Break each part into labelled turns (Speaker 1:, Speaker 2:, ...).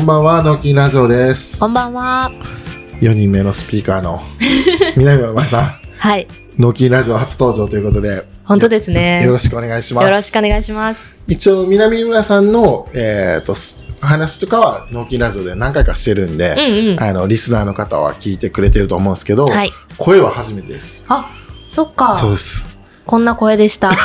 Speaker 1: んばんは、ノーキンラジオです。
Speaker 2: こんばんは。
Speaker 1: 4人目のスピーカーの 南山さ
Speaker 2: はい。
Speaker 1: ん、ノーキンラジオ初登場ということで、
Speaker 2: 本当ですね。
Speaker 1: よろ
Speaker 2: し
Speaker 1: しくお願いし
Speaker 2: く
Speaker 1: ます。
Speaker 2: よろしくお願いします。
Speaker 1: 一応、南村さんの、えっ、と、す話とかは、ノーキンラジオで何回かしてるんで、
Speaker 2: うんうん
Speaker 1: あの、リスナーの方は聞いてくれてると思うんですけど、
Speaker 2: はい
Speaker 1: 声は初めてです。
Speaker 2: あ、そっか。
Speaker 1: です。
Speaker 2: こんな声で し た。
Speaker 1: で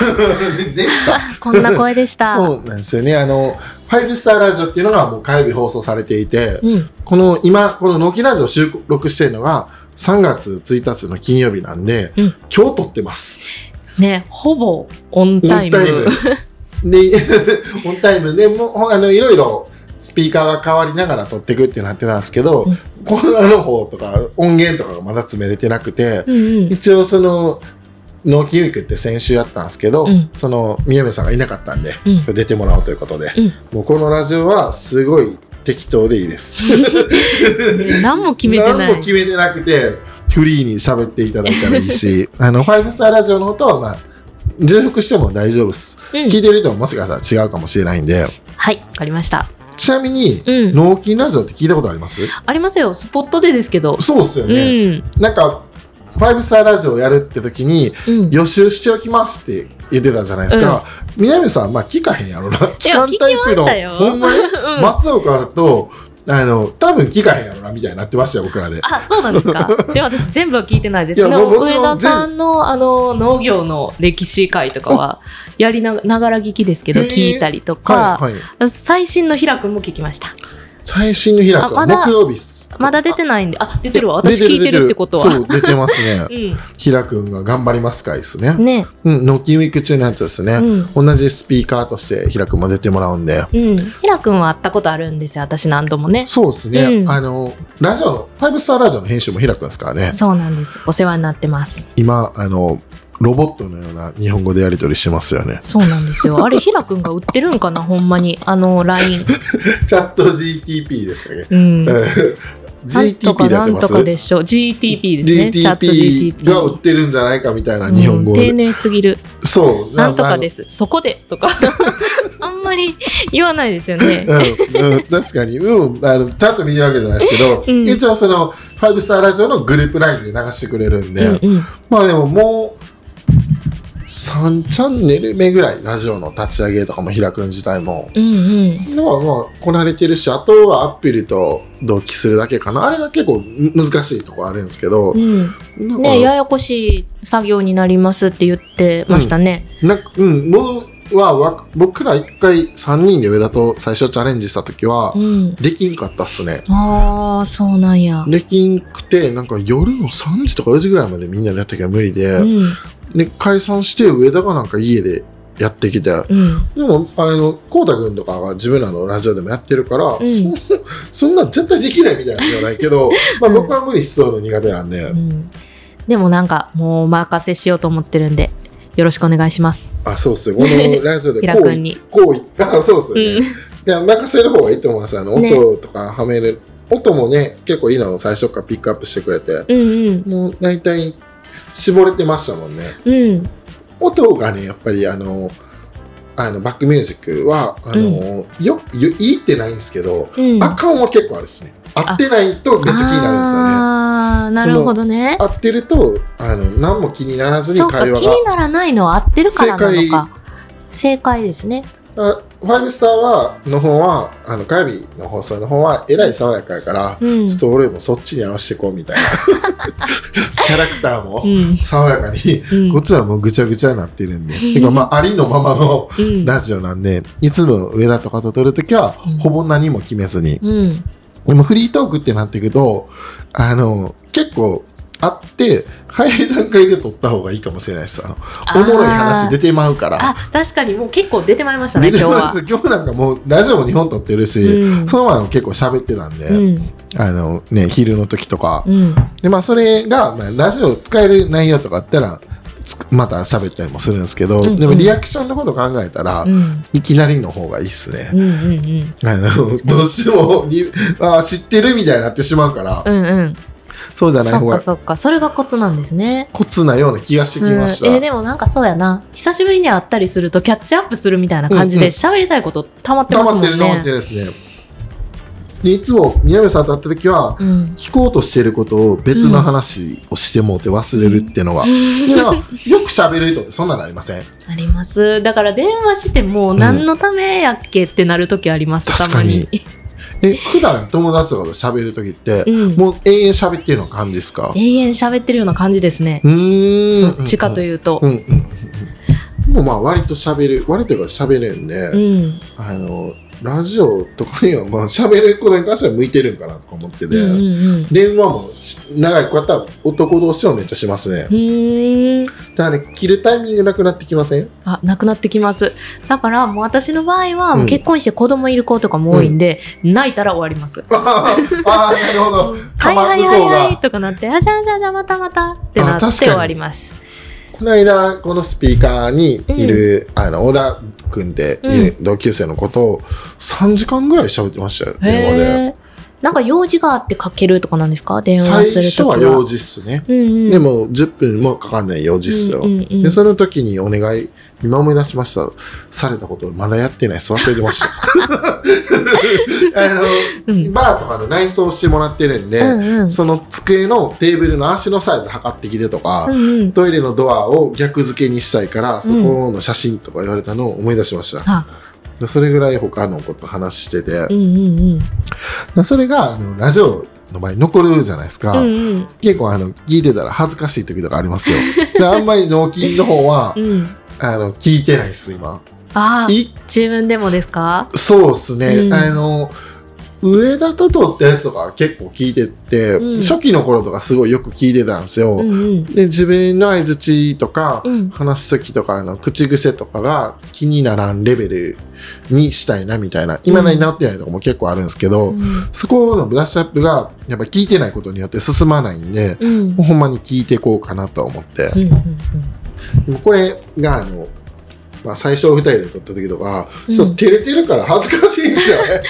Speaker 1: した。
Speaker 2: こんな声でした。
Speaker 1: そうなんですよね。あの、ファイブスターラジオっていうのがもう火曜日放送されていて、
Speaker 2: うん。
Speaker 1: この今、このノキラジオ収録してるのが3月1日の金曜日なんで、
Speaker 2: うん
Speaker 1: 今日撮ってます。
Speaker 2: ね、ほぼオンタイム。
Speaker 1: オンタイム。で、 オンタイムでもう、ほあの、いろいろスピーカーが変わりながら撮っていくってなってたんですけど、このあの方とか音源とかがまだ詰めれてなくて、
Speaker 2: うんうん。
Speaker 1: 一応その、ノーキウィークって先週やったんですけど、
Speaker 2: うん
Speaker 1: その宮部さんがいなかったんで、
Speaker 2: うん
Speaker 1: 出てもらおうということで、
Speaker 2: うん
Speaker 1: もうこのラジオはすごい適当でいいです。
Speaker 2: ね何も決めてな
Speaker 1: 何も決
Speaker 2: い。
Speaker 1: めてなくて、フリーに喋っていただいたらいい し、あの、ファイブスターラジオの音は、まあ、重複しても大丈夫です。
Speaker 2: うん
Speaker 1: 聞いてるともしかしたら違うかもしれないんで、
Speaker 2: はい、わかりました。
Speaker 1: ちなみに、
Speaker 2: うん
Speaker 1: 脳筋ラジオって聞いたことあります
Speaker 2: ありますよ。スポットでですけど。
Speaker 1: そうっすよ
Speaker 2: う
Speaker 1: ね。
Speaker 2: ん。
Speaker 1: なんか、ファイブスターラジオやるって時に、
Speaker 2: うん。
Speaker 1: 予習しておきますって言ってたじゃないですか。南さん、まあ、聞かへんやろな。聞かんタイプの
Speaker 2: 聞きました、よ
Speaker 1: ほんまに、松岡と、あの、多分聞かへんやろな、みたいになってましたよ、僕らで。
Speaker 2: あ、そうなんです か。で、私全部は聞いてないです。
Speaker 1: いや
Speaker 2: その
Speaker 1: もうもち
Speaker 2: 上
Speaker 1: ろん
Speaker 2: 田さんのあの農業の歴史会とかはやりながながら聞きですけど
Speaker 1: へー
Speaker 2: 聞いたりと
Speaker 1: はい、
Speaker 2: か、
Speaker 1: はい。
Speaker 2: 最新の平くんも聞きました。
Speaker 1: 最新の開く
Speaker 2: あ
Speaker 1: は
Speaker 2: まだ
Speaker 1: 木曜日っす。
Speaker 2: まだ出てないんで、あ、出てるわ。私聞いてるってこと
Speaker 1: そ
Speaker 2: は。
Speaker 1: う、出てますね。
Speaker 2: う
Speaker 1: ひらくんが頑張りますかいですね。
Speaker 2: ん。ね。
Speaker 1: うん、ノッキンウィーク中のやつですね。
Speaker 2: う
Speaker 1: 同じスピーカーとしてひらくんも出てもらうんで。
Speaker 2: うん。平くんは会ったことあるんですよ。私何度もね。
Speaker 1: そうですね、
Speaker 2: うん
Speaker 1: あの、ラジオの、ファイブスターラジオの編集もひらくんですからね。
Speaker 2: そうなんです。お世話になってます。
Speaker 1: 今、あの、ロボットのような日本語でやり取りしてますよ ね。
Speaker 2: そうなんですよ。あれ、平くんが売ってるんかなほんまに。あの、LINE。
Speaker 1: チャット GTP ですかね。
Speaker 2: うん。
Speaker 1: え
Speaker 2: な
Speaker 1: ー
Speaker 2: んとか
Speaker 1: GTP でや
Speaker 2: な
Speaker 1: って
Speaker 2: ん
Speaker 1: ます
Speaker 2: とかでしょう。GTP ですね。チャット
Speaker 1: GTP が売
Speaker 2: GTP
Speaker 1: っ。てるんじゃないかみたいな日本語
Speaker 2: うん
Speaker 1: で、
Speaker 2: 丁寧すぎる。
Speaker 1: そう
Speaker 2: なんとか
Speaker 1: す
Speaker 2: です。そこで。 とか。あんまり言わないですよね。
Speaker 1: うんうん確かに、うん、あのちゃんと見るわけじゃないですけど、
Speaker 2: うん
Speaker 1: 一応その「ファイブスターラジオ」のグループラインで流してくれるん
Speaker 2: う
Speaker 1: で、
Speaker 2: んうん。
Speaker 1: まあでももう3チャンネル目ぐらいラジオの立ち上げとかも平くん自体も。
Speaker 2: うんうん。
Speaker 1: のはもうこなれてるしあとはアップルと同期するだけかなあれが結構難しいとこあるんですけど、
Speaker 2: うん。
Speaker 1: なんか
Speaker 2: ね、ややこしい作業になりますって言ってましたね。
Speaker 1: なんかうんもうはわ僕ら一回3人で上田と最初チャレンジした時は、
Speaker 2: うん。
Speaker 1: できんかったっすね
Speaker 2: ああ、そうなんや。
Speaker 1: できんくてなんか夜の3時とか4時ぐらいまでみんなでやったけど無理で,、
Speaker 2: うん。
Speaker 1: で解散して上田がなんか家でやってきて
Speaker 2: うん。
Speaker 1: でもあのこうたくんとかが自分らのラジオでもやってるから、
Speaker 2: うん
Speaker 1: そんそんなん絶対できないみたいなのじゃないけ どまあ
Speaker 2: うん
Speaker 1: 僕は無理しそうの苦手なんで、
Speaker 2: うん。でもなんか、もうお任せしようと思ってるんで、よろしくお願いします。
Speaker 1: あそうっすよこのラジオで
Speaker 2: 平
Speaker 1: こう
Speaker 2: 君
Speaker 1: い
Speaker 2: に
Speaker 1: こういあ そうっすよ
Speaker 2: う
Speaker 1: ね、い
Speaker 2: ん。
Speaker 1: や任せる方がいいと思いますあの
Speaker 2: ね
Speaker 1: 音とかはめる、音もね結構いいのを最初からピックアップしてくれて、
Speaker 2: うんうん。
Speaker 1: もう大体絞れてましたもんね
Speaker 2: うん。
Speaker 1: 音がねやっぱりあのあのバックミュージックはあの、よよいいってないんですけど、
Speaker 2: うん。
Speaker 1: あかんは結構あるですね合ってないとめっちゃ気になるんですよね
Speaker 2: ああ、なるほどね
Speaker 1: 合。ってるとあの何も気にならず
Speaker 2: そ
Speaker 1: に
Speaker 2: うか、気
Speaker 1: 会話
Speaker 2: に
Speaker 1: が
Speaker 2: ならないのは合ってるからなのか。正解ですね。
Speaker 1: あファイブスターはの方はあの火曜日の放送の方はえらい爽やかやから、
Speaker 2: うん
Speaker 1: ちょっ。と俺もそっちに合わせてこうみた いなキャラクターも
Speaker 2: うん。
Speaker 1: 爽やかに、
Speaker 2: うん
Speaker 1: こっちはもうぐちゃぐちゃになって るんで、てかまあありのままの
Speaker 2: うん。
Speaker 1: ラジオなんで、いつも上田とかと撮るときは
Speaker 2: うん、
Speaker 1: ほぼ何も決めずに。
Speaker 2: うん。
Speaker 1: でもフリートークってなってくと、あの、結構あって、早い段階で撮った方がいいかもしれないです。あの、おもろい話出
Speaker 2: て
Speaker 1: てまうから。
Speaker 2: あ、確かにもう結構出てまいりましたね、
Speaker 1: 出
Speaker 2: 今日
Speaker 1: てま
Speaker 2: は
Speaker 1: す。 今日なんかもうラジオも2本撮ってるし、
Speaker 2: うん
Speaker 1: その前も結構喋ってたんで、
Speaker 2: うん。
Speaker 1: あのね、昼の時とか。
Speaker 2: うん。
Speaker 1: で、まあそれが、まあ、ラジオ使える内容とかあったら、つくまた喋ったりもするんですけど、
Speaker 2: うん
Speaker 1: でもリアクションのこと考えたら、
Speaker 2: うん。
Speaker 1: いきなりの方がいいっすね。
Speaker 2: うん。うん。
Speaker 1: あの、 どうしてもに、あー知ってるみたいになってしまうから、
Speaker 2: うん。うん。
Speaker 1: そうじゃない
Speaker 2: そ
Speaker 1: 方
Speaker 2: っか
Speaker 1: が
Speaker 2: そっかそれがコツなんですね。
Speaker 1: コツなような気がしてきました。
Speaker 2: うんえーでもなんかそうやな久しぶりに会ったりするとキャッチアップするみたいな感じ
Speaker 1: うん
Speaker 2: で
Speaker 1: うん
Speaker 2: 喋りたいこと溜まって
Speaker 1: 溜
Speaker 2: ます
Speaker 1: まっ
Speaker 2: もん
Speaker 1: てる溜まって
Speaker 2: ね。
Speaker 1: るですね。でいつも宮部さんと会った時は
Speaker 2: うん
Speaker 1: 聞こうとしてることを別の話をしてもうて忘れるってのは、でなんかよく喋る人ってそんなのありません
Speaker 2: ありますだから電話しても何のためやっけってなる時あります、
Speaker 1: 確
Speaker 2: た
Speaker 1: か
Speaker 2: ま
Speaker 1: に
Speaker 2: に、
Speaker 1: え普段友達とかと喋る時って、
Speaker 2: うん、
Speaker 1: もう永遠喋ってるような感じですか
Speaker 2: 永遠喋ってるような感じですね
Speaker 1: うー
Speaker 2: ど
Speaker 1: ん
Speaker 2: っちかと
Speaker 1: う
Speaker 2: いうと
Speaker 1: んうんうんうんでもまあ割と喋る割というか喋れるんで、
Speaker 2: うん
Speaker 1: あのラジオとかにはまあ喋ることに関しては向いてるんかなとか思って
Speaker 2: うんう
Speaker 1: て、
Speaker 2: んうんう
Speaker 1: 電話もし長いこうやったら男同士もめっちゃしますね
Speaker 2: ーん
Speaker 1: だからね切るタイミングなくなってきません
Speaker 2: あなくなってきますだからもう私の場合は、
Speaker 1: うん
Speaker 2: 結婚して子供いる子とかも多いんで、泣いたら終わります
Speaker 1: あーあーなるほど
Speaker 2: はいは
Speaker 1: 構わん
Speaker 2: いはいは
Speaker 1: 向こう
Speaker 2: いとかなって、あじゃあじゃあじゃあまたまたってな
Speaker 1: あ
Speaker 2: っ
Speaker 1: 確か
Speaker 2: て
Speaker 1: に
Speaker 2: 終わります。
Speaker 1: この間このスピーカーにいる、あの小田君でいる同級生のことを3時間ぐらい喋ってましたよ電話で。
Speaker 2: へえ。なんか用事があってかけるとかなんですか電
Speaker 1: 最
Speaker 2: 話する
Speaker 1: 初
Speaker 2: と
Speaker 1: は
Speaker 2: き
Speaker 1: 用
Speaker 2: は。
Speaker 1: 事っすね、
Speaker 2: うんうん。
Speaker 1: でも10分もかかんない用事っすよ、
Speaker 2: うんうんうん
Speaker 1: でその時にお願い今思い出しましたされたことまだやってないです忘れてま したあの、
Speaker 2: うん
Speaker 1: バーとかの内装してもらってるんで、
Speaker 2: うんうん。
Speaker 1: その机のテーブルの足のサイズ測ってきてとか、
Speaker 2: うんうん。
Speaker 1: トイレのドアを逆付けにしたいからそこの写真とか言われたのを思い出しました、
Speaker 2: あ、
Speaker 1: でそれぐらい他のこと話してて、
Speaker 2: うんうんうん。
Speaker 1: でそれがあのラジオの場合残るじゃないですか、
Speaker 2: うんうん。
Speaker 1: 結構あの聞いてたら恥ずかしい時とかあり ますよであんまり納期の方は
Speaker 2: うん。
Speaker 1: あの聞いてないです今
Speaker 2: ああ、
Speaker 1: い
Speaker 2: 自分でもですか
Speaker 1: そうっすね、
Speaker 2: うん
Speaker 1: あの上田ととってやつとか結構聞いてて、
Speaker 2: うん
Speaker 1: 初期の頃とかすごいよく聞いてたんですよ、
Speaker 2: うんうん。
Speaker 1: で自分の相づちとか、
Speaker 2: うん
Speaker 1: 話す時とかの口癖とかが気にならんレベルにしたいなみたいな未だに治ってないとかも結構あるんですけど、
Speaker 2: うん
Speaker 1: そこのブラッシュアップがやっぱ聞いてないことによって進まないんで、
Speaker 2: うん。
Speaker 1: ほんまに聞いていこうかなとは思って
Speaker 2: う、んうん
Speaker 1: でもこれがあの、まあ、最初2人で撮った時とか、
Speaker 2: うん
Speaker 1: ちょっと照れてるから恥ずかしいんですよ ね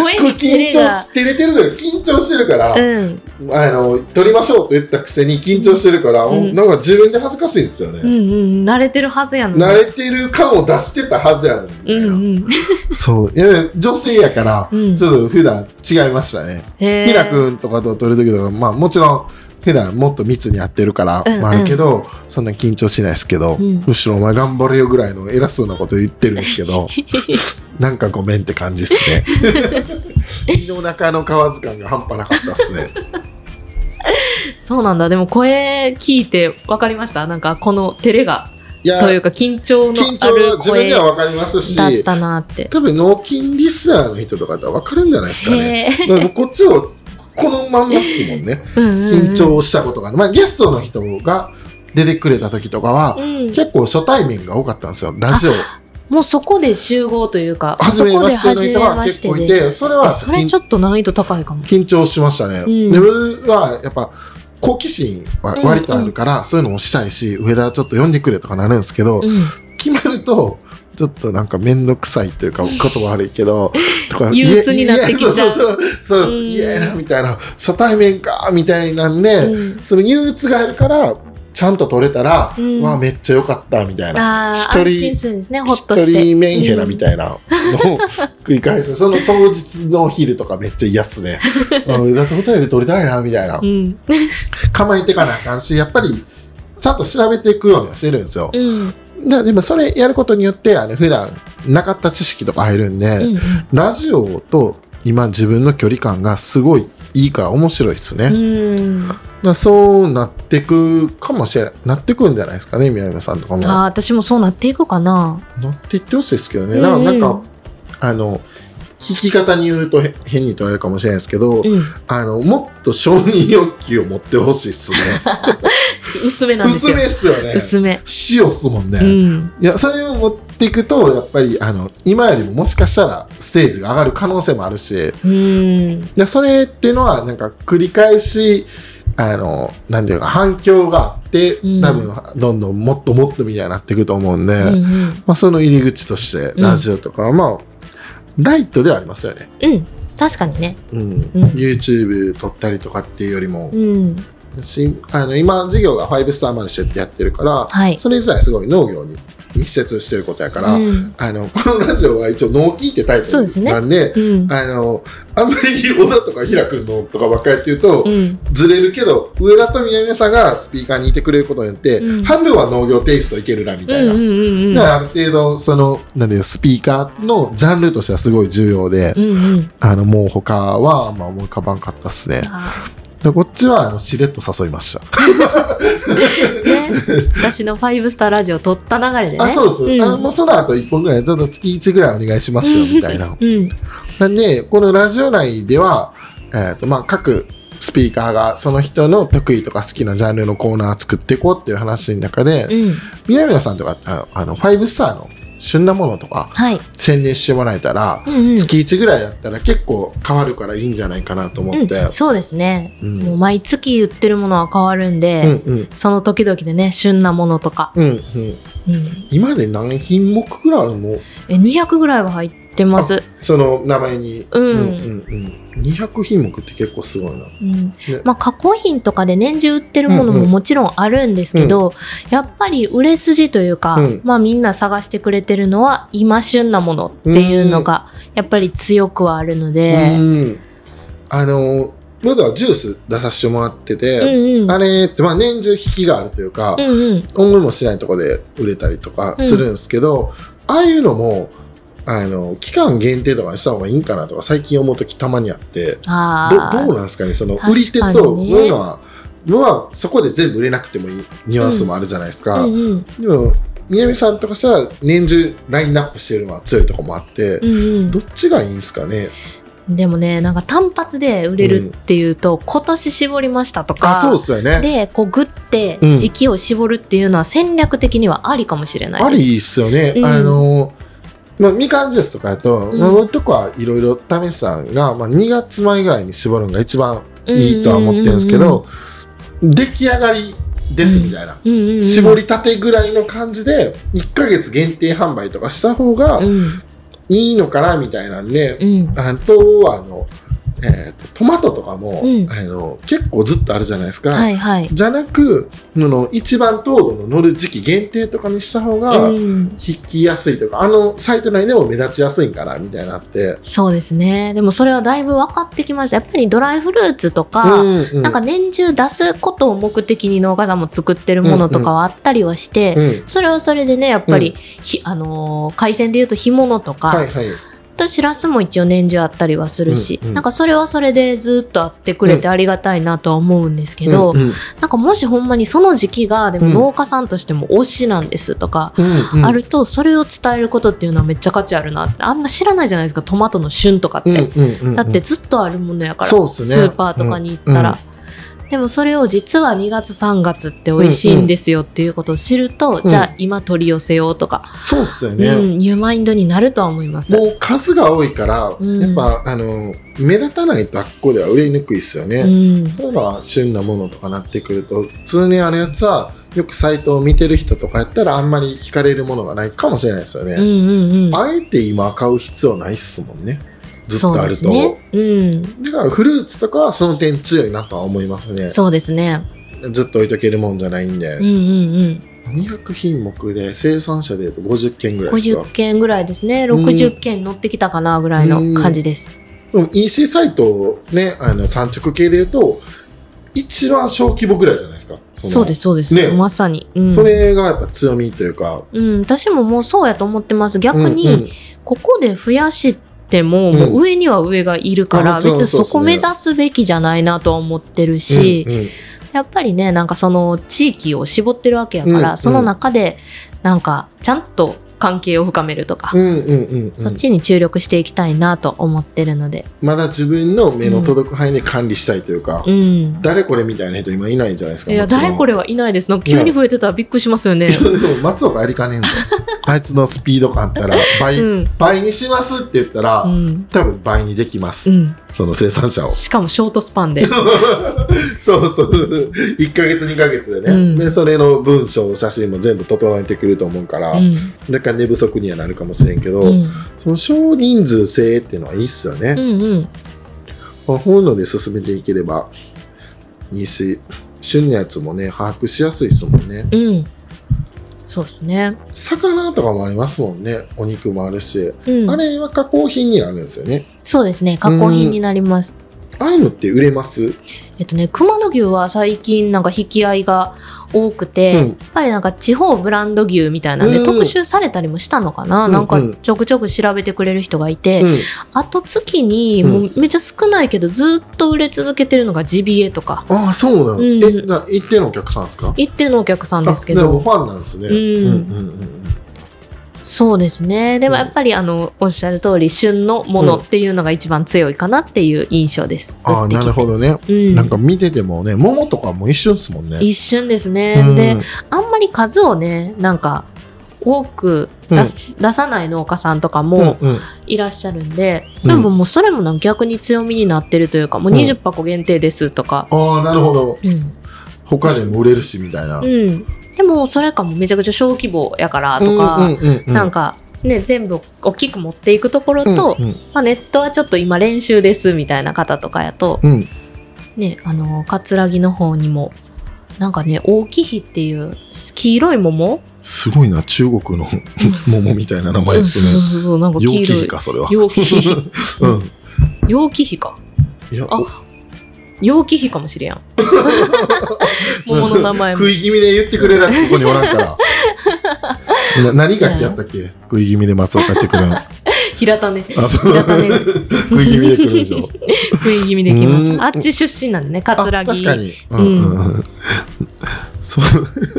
Speaker 2: 声
Speaker 1: これ
Speaker 2: にキ
Speaker 1: 緊
Speaker 2: レ
Speaker 1: 張
Speaker 2: が
Speaker 1: し。照れてるというか緊張してるから、
Speaker 2: うん。
Speaker 1: あの撮りましょうと言ったくせに緊張してるから、
Speaker 2: うん
Speaker 1: なんか自分で恥ずかしいんですよね、
Speaker 2: うんうん。慣れてるはずやのに。
Speaker 1: 慣れてる感を出してたはずやのにみたいな、
Speaker 2: うんうん。
Speaker 1: そういや女性やから、
Speaker 2: うん
Speaker 1: ちょっと普段違いましたね
Speaker 2: へえ
Speaker 1: ひらくんとかと撮る時とか、まあ、もちろん普段もっと密にやってるから、
Speaker 2: うんうん
Speaker 1: まあ、あるけどそんな緊張しないですけど、
Speaker 2: うん
Speaker 1: むしろお前頑張れよぐらいの偉そうなこと言ってるんですけ どなんかごめんって感じっすね胃の中の皮図感が半端なかったっすね
Speaker 2: そうなんだ。でも声聞いて分かりました。なんかこの照れが、
Speaker 1: いや
Speaker 2: というか緊張の
Speaker 1: 緊
Speaker 2: あ
Speaker 1: 張は
Speaker 2: る
Speaker 1: 自分
Speaker 2: 声
Speaker 1: では分かりますし
Speaker 2: だったなって。
Speaker 1: 多分脳筋リスナーの人とかだったら分かるんじゃないですかね
Speaker 2: へえ。
Speaker 1: だからもうこっちをこのまんまっすもんね緊
Speaker 2: 緊
Speaker 1: 張したことがある、まあ、ゲストの人が出てくれた時とかは、
Speaker 2: うん、
Speaker 1: 結構初対面が多かったんですよラジオ
Speaker 2: もうそこで集合というか、
Speaker 1: 初
Speaker 2: そ
Speaker 1: め
Speaker 2: こ
Speaker 1: ま
Speaker 2: で
Speaker 1: しての
Speaker 2: 初め
Speaker 1: 人は
Speaker 2: まし
Speaker 1: 結
Speaker 2: て
Speaker 1: 構い
Speaker 2: で。
Speaker 1: てそれは
Speaker 2: えそれちょっと難易度高いかも。
Speaker 1: 緊張しましたね、
Speaker 2: うん
Speaker 1: 自分はやっぱ好奇心は割とあるから、そういうのもしたいし上田ちょっと呼んでくれとかなるんですけど、
Speaker 2: うん
Speaker 1: 決まるとちょっとなんか面倒くさいって いうか言葉悪いけどとか
Speaker 2: 憂鬱になってきちゃう
Speaker 1: いやそうそうそう
Speaker 2: うん
Speaker 1: いやなみたいな初対面かみたいなんで、
Speaker 2: うん
Speaker 1: その憂鬱があるからちゃんと取れたら、
Speaker 2: うん
Speaker 1: わあめっちゃ良かったみたいな
Speaker 2: ああ、
Speaker 1: 一人
Speaker 2: 安心するんですね、ほっ
Speaker 1: 一
Speaker 2: として。
Speaker 1: 人メンヘラみ
Speaker 2: い
Speaker 1: たいなのを繰り返す、その当日のお昼とかめっちゃ嫌っすね うんだってホテルで撮りたいなみたいな、
Speaker 2: うん。
Speaker 1: 構えてかなあかんしやっぱりちゃんと調べていくようにはしてるんですよ、
Speaker 2: うん。うん。
Speaker 1: ででもそれやることによってあの普段なかった知識とか入るんで、
Speaker 2: うん
Speaker 1: ラジオと今自分の距離感がすごいいいから面白いっすね、
Speaker 2: う
Speaker 1: だか
Speaker 2: ん。
Speaker 1: らそうなってくかもしれないなってくんじゃないですかね宮山さんとかも
Speaker 2: ああ、私もそうなっていくかな。
Speaker 1: なっていってほしいですけどね、
Speaker 2: うん
Speaker 1: だ
Speaker 2: う
Speaker 1: から
Speaker 2: ん
Speaker 1: なんかあの聞き方によるとへ変に取られるかもしれないですけど、
Speaker 2: うん。
Speaker 1: あのもっと承認欲求を持ってほしいっすね
Speaker 2: 薄めなんです
Speaker 1: 薄
Speaker 2: よ。
Speaker 1: めっすよね
Speaker 2: 薄め。
Speaker 1: 塩っすもんね、
Speaker 2: うん。
Speaker 1: いやそれを持っていくとやっぱりあの今よりももしかしたらステージが上がる可能性もあるし
Speaker 2: うん。
Speaker 1: でそれっていうのはなんか繰り返しあのなんていうか反響があって
Speaker 2: うん
Speaker 1: 多分どんどんもっともっとみたいになっていくと思うんで、
Speaker 2: うんうん。
Speaker 1: まあ、その入り口として
Speaker 2: うん
Speaker 1: ラジオとかは、まあライトではありますよね、
Speaker 2: うん。確かにね。
Speaker 1: うん
Speaker 2: ん
Speaker 1: YouTube 撮ったりとかっていうよりも、
Speaker 2: うん。
Speaker 1: しあの今事業が5スターマルシェってやってるから、
Speaker 2: はい
Speaker 1: それ自体すごい農業に密接してることやから、
Speaker 2: うん
Speaker 1: あのこのラジオは一応納期ってタイ
Speaker 2: そうで
Speaker 1: プ
Speaker 2: すね
Speaker 1: なんで
Speaker 2: うん
Speaker 1: あのあんまり小田とか平君のとかばっかりやってると、
Speaker 2: うん
Speaker 1: ずれるけど上田と南野さんがスピーカーにいてくれることによって、
Speaker 2: うん
Speaker 1: 半分は農業テイストいけるなみ
Speaker 2: う
Speaker 1: たい
Speaker 2: ん
Speaker 1: な。
Speaker 2: うんうんうん
Speaker 1: だからある程度そのなんでスピーカーのジャンルとしてはすごい重要で、
Speaker 2: うんうん
Speaker 1: あのもう他はあんま思い浮かばんかったっすね
Speaker 2: あ
Speaker 1: でこっちはあのしれっと誘いました、
Speaker 2: ーね私のファイブスターラジオ撮った流れでね
Speaker 1: あそうです、
Speaker 2: ん
Speaker 1: あのもうその後1本ぐらいちょっと月1ぐらいお願いしますよみたいな
Speaker 2: うん
Speaker 1: なんで、このラジオ内では、えっとまあ、各スピーカーがその人の得意とか好きなジャンルのコーナー作っていこうっていう話の中で、
Speaker 2: うん
Speaker 1: 南野さんとかああの5スターの旬なものとか
Speaker 2: はい
Speaker 1: 宣伝してもらえたら、
Speaker 2: うんうん
Speaker 1: 月1ぐらいだったら結構変わるからいいんじゃないかなと思って、
Speaker 2: うん、そうですね、
Speaker 1: うん
Speaker 2: もう毎月言ってるものは変わるんで、
Speaker 1: うんうん
Speaker 2: その時々でね旬なものとか、
Speaker 1: うんうん、
Speaker 2: うん、
Speaker 1: 今で何品目ぐらいも
Speaker 2: え200ぐらいは入ってます、
Speaker 1: その名前に、
Speaker 2: うん
Speaker 1: うんうんうん、200品目って結構すごいな。
Speaker 2: うんまあ、加工品とかで年中売ってるもの
Speaker 1: うんう
Speaker 2: も
Speaker 1: ん
Speaker 2: もちろんあるんですけど、やっぱり売れ筋というか、
Speaker 1: うん
Speaker 2: まあ、みんな探してくれてるのは今旬なものっていうのがやっぱり強くはあるので、
Speaker 1: うんあの僕はジュース出させてもらって
Speaker 2: うん、
Speaker 1: て、
Speaker 2: うんうん
Speaker 1: あれって、まあ、年中引きがあるというか、
Speaker 2: うん
Speaker 1: 今後もしないとこで売れたりとかするんですけど、ああいうのもあの期間限定とかにした方がいいんかなとか最近思う時たまにあってどどう
Speaker 2: あ
Speaker 1: なん
Speaker 2: あ
Speaker 1: ですかねその
Speaker 2: 確か
Speaker 1: 売
Speaker 2: に
Speaker 1: り手ともうのはもはそこで全部売れなくてもいいニュアンスもあるじゃないですか、
Speaker 2: うんうん
Speaker 1: でも南さんとかしたら年中ラインナップしてるのは強いとこもあって、
Speaker 2: うん
Speaker 1: どっちがいいんですかね
Speaker 2: うん、でもねなんか単発で売れるっていうと、今年絞りましたとか
Speaker 1: あそうっすよね
Speaker 2: でこうグって
Speaker 1: うん
Speaker 2: 時期を絞るっていうのは戦略的にはありかもしれない
Speaker 1: あ
Speaker 2: です。
Speaker 1: りいいっすよね、
Speaker 2: うん
Speaker 1: あのまあ、みかんジュースとかやと、
Speaker 2: うん
Speaker 1: まあそういうとこはいろいろ試したんが、まあ、2月前ぐらいに絞るのが一番いいとは思ってるんですけど、出来上がりですみたいな、
Speaker 2: うんうんうん、
Speaker 1: 絞りたてぐらいの感じで1ヶ月限定販売とかした方が
Speaker 2: うん
Speaker 1: いいのかなみたいなんで、
Speaker 2: うん
Speaker 1: あとはあの、えーとトマトとかも、
Speaker 2: うん
Speaker 1: あの結構ずっとあるじゃないですか。
Speaker 2: はいはい。
Speaker 1: じゃなくあの一番糖度の乗る時期限定とかにした方が、
Speaker 2: うん、
Speaker 1: 引きやすいとかあのサイト内でも目立ちやすいんかなみたいなって
Speaker 2: そうですねでもそれはだいぶ分かってきましたやっぱりドライフルーツとか、
Speaker 1: うんうん
Speaker 2: なんか年中出すことを目的に農家さんも作ってるものとかはあったりはして、
Speaker 1: うん
Speaker 2: それはそれでねやっぱり、ひあのー海鮮でいうと干物とか、
Speaker 1: はいはい
Speaker 2: としらすも一応年中あったりはするし、
Speaker 1: うんうん
Speaker 2: なんかそれはそれでずっとあってくれてありがたいなとは思うんですけど、
Speaker 1: うんうん
Speaker 2: なんかもしほんまにその時期がでも
Speaker 1: うん
Speaker 2: 農家さんとしても推しなんですとか、
Speaker 1: うんうん
Speaker 2: あるとそれを伝えることっていうのはめっちゃ価値あるなってあんま知らないじゃないですかトマトの旬とかって、
Speaker 1: うんうんうんうん
Speaker 2: だってずっとあるものやから、
Speaker 1: そうっす
Speaker 2: ス
Speaker 1: ね
Speaker 2: ーパーとかに行ったら、でもそれを実は2月3月って美味しいんですよっていうことを知ると、
Speaker 1: ん
Speaker 2: じゃあ今取り寄せようとか、
Speaker 1: そうっすよ
Speaker 2: うん
Speaker 1: ね、
Speaker 2: いうマインドになるとは思います。
Speaker 1: もう数が多いから、
Speaker 2: うん
Speaker 1: やっぱあの目立たないとあっこでは売れにくいっすよね、
Speaker 2: うん
Speaker 1: そういうのは旬なものとかなってくると普通にあるやつはよくサイトを見てる人とかやったらあんまり惹かれるものがないかもしれないですよね、
Speaker 2: うんうんうん
Speaker 1: あえて今買う必要ないっすもんねずっ
Speaker 2: そ
Speaker 1: とあ
Speaker 2: うで
Speaker 1: る
Speaker 2: す
Speaker 1: と、
Speaker 2: ね。うん。
Speaker 1: だからフルーツとかはその点強いなとは思いますね。
Speaker 2: そうですね。
Speaker 1: ずっと置いとけるもんじゃないんで
Speaker 2: うん。うんうん。
Speaker 1: 200品目で生産者でいうと50件ぐらいですか
Speaker 2: 50。件ぐらいですね。
Speaker 1: うん
Speaker 2: 60件乗ってきたかなぐらいの感じです。
Speaker 1: でも EC サイトね、あの産直系でいうと、一番小規模ぐらいじゃないですか。その
Speaker 2: そうです、そうです。
Speaker 1: ね
Speaker 2: まさに。うん。
Speaker 1: それがやっぱ強みというか。
Speaker 2: うん、私ももうそうやと思ってます。逆
Speaker 1: うん
Speaker 2: に、ここで増やしても、
Speaker 1: うん
Speaker 2: もう上には上がいるから、
Speaker 1: あそ
Speaker 2: 別
Speaker 1: う
Speaker 2: に
Speaker 1: そう
Speaker 2: そ
Speaker 1: っす
Speaker 2: こ
Speaker 1: ね
Speaker 2: 目指すべきじゃないなとは思ってるし、
Speaker 1: うんうん
Speaker 2: やっぱりね、なんかその地域を絞ってるわけやから、
Speaker 1: うん
Speaker 2: その中で、なんか、ちゃんと関係を深めるとか、
Speaker 1: うんうんうんうん
Speaker 2: そっちに注力していきたいなと思ってるので。
Speaker 1: まだ自分の目の届く範囲で管理したいというか、
Speaker 2: うん。
Speaker 1: 誰これみたいな人今いないじゃないですか。
Speaker 2: いや、誰こ
Speaker 1: れ
Speaker 2: れはいないです。なんか急に増えてたらびっくりしますよね。
Speaker 1: 松岡やりかねえんだ よ。あいつのスピード感あったら倍
Speaker 2: うん。
Speaker 1: 倍にしますって言ったら、
Speaker 2: うん。
Speaker 1: 多分倍にできます、
Speaker 2: うん。
Speaker 1: その生産者を
Speaker 2: しかもショートスパンで。
Speaker 1: そうそう1ヶ月2ヶ月でね、
Speaker 2: うん
Speaker 1: でそれの文章写真も全部整えてくると思うから、
Speaker 2: うん。
Speaker 1: だから寝不足にはなるかもしれんけど、
Speaker 2: うん。
Speaker 1: その少人数制っていうのはいいっすよね、
Speaker 2: うんうん。
Speaker 1: こういうので進めていければいいし旬のやつもね把握しやすいですもんね
Speaker 2: うん。そうですね。
Speaker 1: 魚とかもありますもんねお肉もあるし、
Speaker 2: うん、
Speaker 1: あれは加工品になるんですよね
Speaker 2: そうですね。加工品になります。
Speaker 1: ああいうのって売れます、
Speaker 2: えっとね、熊野牛は最近なんか引き合いが多くて、
Speaker 1: うん
Speaker 2: やっぱりなんか地方ブランド牛みたいなんで、
Speaker 1: うん
Speaker 2: 特集されたりもしたのかな、
Speaker 1: うん
Speaker 2: なんか
Speaker 1: うん
Speaker 2: ちょくちょく調べてくれる人がいて、
Speaker 1: うん、
Speaker 2: あと月にもうめっちゃ少ないけどずっと売れ続けてるのがジビエとか
Speaker 1: ああそうなの、
Speaker 2: うん
Speaker 1: えな一定のお客さんですか
Speaker 2: 一定のお客さんですけ
Speaker 1: あでも
Speaker 2: ど
Speaker 1: ファンなんですね、
Speaker 2: うん
Speaker 1: うんうんうん
Speaker 2: そうですねでもやっぱりあのおっしゃる通り旬のものっていうのが一番強いかなっていう印象です、
Speaker 1: ああ
Speaker 2: 売ってき
Speaker 1: な
Speaker 2: て
Speaker 1: るほどね、
Speaker 2: うん、
Speaker 1: なんか見ててもね桃とかも一瞬ですもんね
Speaker 2: 一瞬ですね、
Speaker 1: うん
Speaker 2: であんまり数をねなんか多く出し、出さない農家さんとかも
Speaker 1: うんうん
Speaker 2: いらっしゃるんで、
Speaker 1: うん
Speaker 2: でももうそれもなんか逆に強みになってるというかもう
Speaker 1: うん
Speaker 2: 20箱限定ですとか、
Speaker 1: ああなるほど
Speaker 2: うん
Speaker 1: 他でも売れるしみたいな、
Speaker 2: うんでもそれかもめちゃくちゃ小規模やからとか、
Speaker 1: うんうんうんうん
Speaker 2: なんかね全部大きく持っていくところと、
Speaker 1: うんうん
Speaker 2: まあ、ネットはちょっと今練習ですみたいな方とかやと、
Speaker 1: うん
Speaker 2: ねあの葛城の方にもなんかね大きいっていう黄色い桃
Speaker 1: すごいな中国の 桃みたいな名前
Speaker 2: うん
Speaker 1: で
Speaker 2: そうそ
Speaker 1: すね
Speaker 2: うそうなんか
Speaker 1: 陽気
Speaker 2: 黄色い
Speaker 1: 比かそれは
Speaker 2: 陽気比
Speaker 1: うん
Speaker 2: 陽気比か
Speaker 1: いや
Speaker 2: あ
Speaker 1: お
Speaker 2: 陽気比かもしれ やん桃の名前も
Speaker 1: 食い気味で言ってくれるやつここにおらんから な何楽器やったっけ食い気味で松岡ってくるんあ
Speaker 2: 平田ね
Speaker 1: そう
Speaker 2: 平田ね
Speaker 1: 食い気味で来るでしょ
Speaker 2: 食い気味できま
Speaker 1: う
Speaker 2: す
Speaker 1: ん
Speaker 2: あっち出身なんでね
Speaker 1: あ
Speaker 2: 葛城
Speaker 1: 確かに、うんうんうん、そう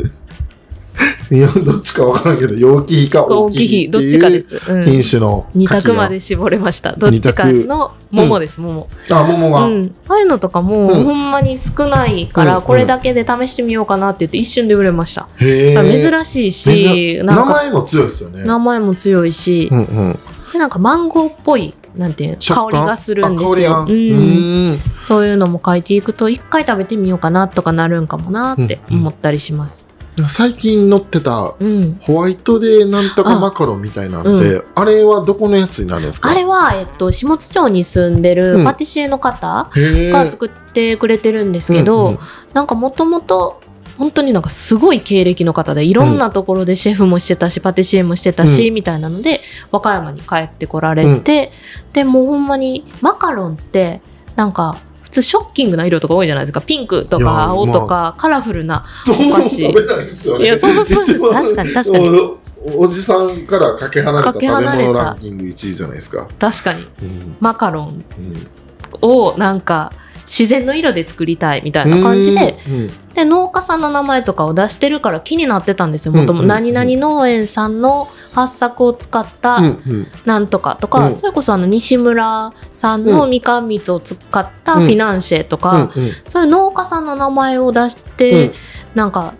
Speaker 1: いやどっちか分からんけど陽気比か
Speaker 2: 大
Speaker 1: 大
Speaker 2: き
Speaker 1: き
Speaker 2: い
Speaker 1: い
Speaker 2: 日
Speaker 1: 比
Speaker 2: ど
Speaker 1: っ
Speaker 2: ってちか
Speaker 1: い
Speaker 2: で
Speaker 1: う
Speaker 2: す、うん、
Speaker 1: 品種の
Speaker 2: 二
Speaker 1: 牡
Speaker 2: 択
Speaker 1: 蠣が
Speaker 2: まで絞れましたどっちかの桃です桃、
Speaker 1: あ桃
Speaker 2: う
Speaker 1: は、
Speaker 2: んああいうのとかも、
Speaker 1: うん
Speaker 2: ほんまに少ないから、
Speaker 1: うん
Speaker 2: これだけで試してみようかなって言って一瞬で売れました、
Speaker 1: へえ
Speaker 2: だから珍しいし、な
Speaker 1: 名
Speaker 2: んか
Speaker 1: 前も強いですよね
Speaker 2: 名前も強いし、
Speaker 1: うんうん
Speaker 2: でなんかマンゴーっぽいなんていう
Speaker 1: 食
Speaker 2: 香
Speaker 1: 感
Speaker 2: りがするんで
Speaker 1: あ香
Speaker 2: す
Speaker 1: りが
Speaker 2: よ、
Speaker 1: う
Speaker 2: うん、
Speaker 1: ーん
Speaker 2: そういうのも書いていくと一回食べてみようかなとかなるんかもなって思ったりします、
Speaker 1: 最近乗ってた
Speaker 2: うん
Speaker 1: ホワイトでなんとかマカロンみたいなんであ,、
Speaker 2: う
Speaker 1: れはどこのやつになるんですか
Speaker 2: あれは、えっと、下津町に住んで
Speaker 1: うん
Speaker 2: るパティシエの方
Speaker 1: へえ
Speaker 2: が作ってくれてるんですけど、
Speaker 1: うんうん
Speaker 2: なんかもともと本当になんかすごい経歴の方でいろんなところでシェフもしてたし、パティシエもしてたし、みたいなので和歌山に帰ってこられて、でもうほんまにマカロンってなんか普通ショッキングな色とか多いじゃないですかピンクと
Speaker 1: いや
Speaker 2: か青とか、カラフルな
Speaker 1: そもそ
Speaker 2: お
Speaker 1: も
Speaker 2: 菓子
Speaker 1: 食べないですよ
Speaker 2: い
Speaker 1: ね
Speaker 2: やそうそうです
Speaker 1: 一番
Speaker 2: 確かに確かに
Speaker 1: おおじさんからかけ離れた
Speaker 2: か
Speaker 1: 食
Speaker 2: け
Speaker 1: べ
Speaker 2: 離れた
Speaker 1: 物ランキング1位じゃないですか、
Speaker 2: 確かに
Speaker 1: うん
Speaker 2: マカロン
Speaker 1: うん
Speaker 2: をなんか自然の色で作りたいみたいな感じで、
Speaker 1: うん
Speaker 2: で農家さんの名前とかを出してるから気になってたんですよも
Speaker 1: うん
Speaker 2: と
Speaker 1: うん
Speaker 2: も
Speaker 1: うん
Speaker 2: 何々農園さんの発作を使った
Speaker 1: うんうん
Speaker 2: なんとかとか、
Speaker 1: うん
Speaker 2: それこそあの西村さんのみかん蜜を使ったフィナンシェとか、
Speaker 1: うんうん
Speaker 2: そういう農家さんの名前を出して、なんか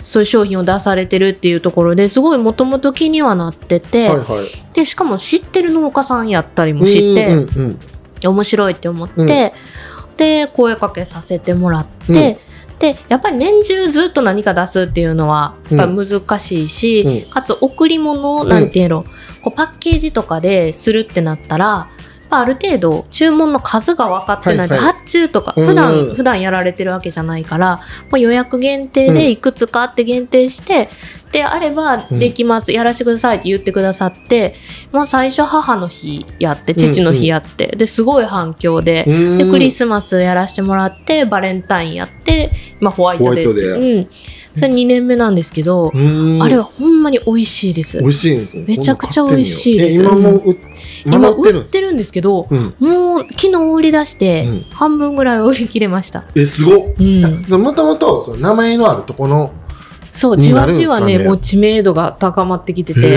Speaker 2: そういう商品を出されてるっていうところですごいもともと気にはなってて、
Speaker 1: はいはい
Speaker 2: でしかも知ってる農家さんやったりもして、
Speaker 1: うんうんうん
Speaker 2: 面白いって思って、で声かけさせてもらって、
Speaker 1: うん
Speaker 2: でやっぱり年中ずっと何か出すっていうのは
Speaker 1: うん
Speaker 2: やっぱ難しいし、
Speaker 1: うん
Speaker 2: かつ贈り物をなんていうの、こうパッケージとかでするってなったらやっぱある程度注文の数が分かってないと、
Speaker 1: はいはい
Speaker 2: 発注とか
Speaker 1: うん
Speaker 2: 普段、普段やられてるわけじゃないからもう予約限定
Speaker 1: うん
Speaker 2: でいくつかって限定して、であれば
Speaker 1: うん
Speaker 2: できます、やらせてくださいって言ってくださって、まあ、最初母の日やって父の日やって、ですごい反響で,、
Speaker 1: うん
Speaker 2: でクリスマスやらせてもらってバレンタインやって、まあ、ホワイトデーって
Speaker 1: ホワイト
Speaker 2: うん、それ2年目なんですけど、
Speaker 1: うん
Speaker 2: あれはほんまに美味しいです
Speaker 1: 美。味しいんですよ
Speaker 2: めちゃくちゃ美味しいです
Speaker 1: え今もう、
Speaker 2: 今
Speaker 1: 回ってるんで
Speaker 2: 売っ
Speaker 1: すか
Speaker 2: てるんですけど
Speaker 1: うん
Speaker 2: もう昨日売り出して
Speaker 1: うん
Speaker 2: 半分ぐらいは売り切れました。
Speaker 1: えすごっ
Speaker 2: うん、
Speaker 1: もともとその名前のあるとこの
Speaker 2: そう
Speaker 1: に
Speaker 2: じ
Speaker 1: な
Speaker 2: わ
Speaker 1: るんです
Speaker 2: じ
Speaker 1: か
Speaker 2: わ
Speaker 1: ね
Speaker 2: ねもう知名度が高まってきてて
Speaker 1: へ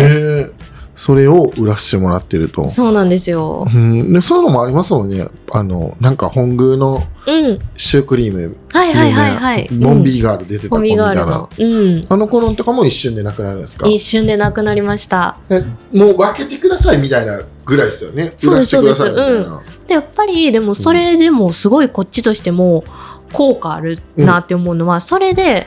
Speaker 1: えそれを売らしてもらってると
Speaker 2: そうなんですよ。
Speaker 1: うんでそういうのもありますもんねあのなんか本宮の
Speaker 2: うん、
Speaker 1: シュークリーム
Speaker 2: はいはいはいはい。
Speaker 1: 有名なボンビーガール出てた
Speaker 2: コ
Speaker 1: 子みた
Speaker 2: ミ
Speaker 1: い
Speaker 2: ガール
Speaker 1: な
Speaker 2: の、うん、
Speaker 1: あの頃とかも一瞬でなくなるんですか
Speaker 2: 一瞬でなくなりました
Speaker 1: えもう分けてくださいみたいなぐらいですよね
Speaker 2: そうです
Speaker 1: 売らしてくださいみたいな
Speaker 2: でやっぱりでもそれでもすごいこっちとしても効果あるなって思うのは、それで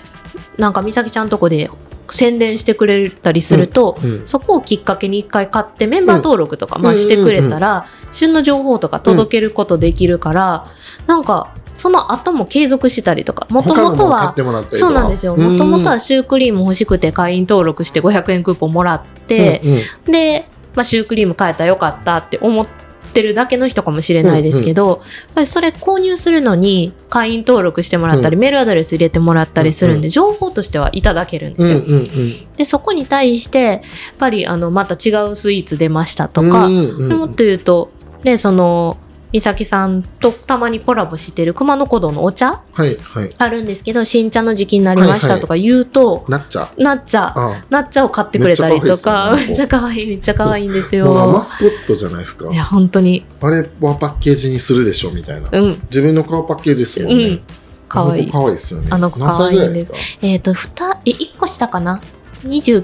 Speaker 2: なんか美咲ちゃんとこで宣伝してくれたりすると、
Speaker 1: うん
Speaker 2: そこをきっかけに一回買ってメンバー登録とか、まあ、してくれたら、旬の情報とか届けることできるから、なんかその後も継続したりとかもと
Speaker 1: 他の
Speaker 2: もと
Speaker 1: も買っ
Speaker 2: は
Speaker 1: てもらったりとか
Speaker 2: そうなんですよもともとはシュークリーム欲しくて会員登録して500円クーポンもらって、
Speaker 1: うんうん
Speaker 2: で、まあ、シュークリーム買えたらよかったって思ってるだけの人かもしれないですけど、やっぱりそれ購入するのに会員登録してもらったり、メールアドレス入れてもらったりするんで、情報としてはいただけるんですよ。
Speaker 1: うんうんうん
Speaker 2: でそこに対してやっぱりあのまた違うスイーツ出ましたとか、
Speaker 1: うんうんうん
Speaker 2: もっと言うとでその美咲さんとたまにコラボしてる熊野古道のお茶
Speaker 1: はいはい
Speaker 2: あるんですけど新茶の時期になりましたとか言うと、
Speaker 1: なっちゃう
Speaker 2: なっちゃ
Speaker 1: あ
Speaker 2: なっちゃを買ってくれたりとか
Speaker 1: め
Speaker 2: め
Speaker 1: っ
Speaker 2: っ
Speaker 1: ち
Speaker 2: ち
Speaker 1: ゃ
Speaker 2: ゃ可愛いめっちゃ可愛いんです
Speaker 1: あもう
Speaker 2: よ
Speaker 1: マスコットじゃないですか
Speaker 2: いや本当に
Speaker 1: あれはパッケージにするでしょみたいな
Speaker 2: うん
Speaker 1: 自分の顔パッケージですもん
Speaker 2: う
Speaker 1: ね
Speaker 2: ん可愛い
Speaker 1: あの子可愛いですよね
Speaker 2: あの子
Speaker 1: 何歳ぐらいですか
Speaker 2: えっ、とふたえ1個下かな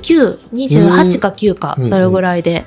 Speaker 2: 2928か9か
Speaker 1: うん
Speaker 2: それぐらいで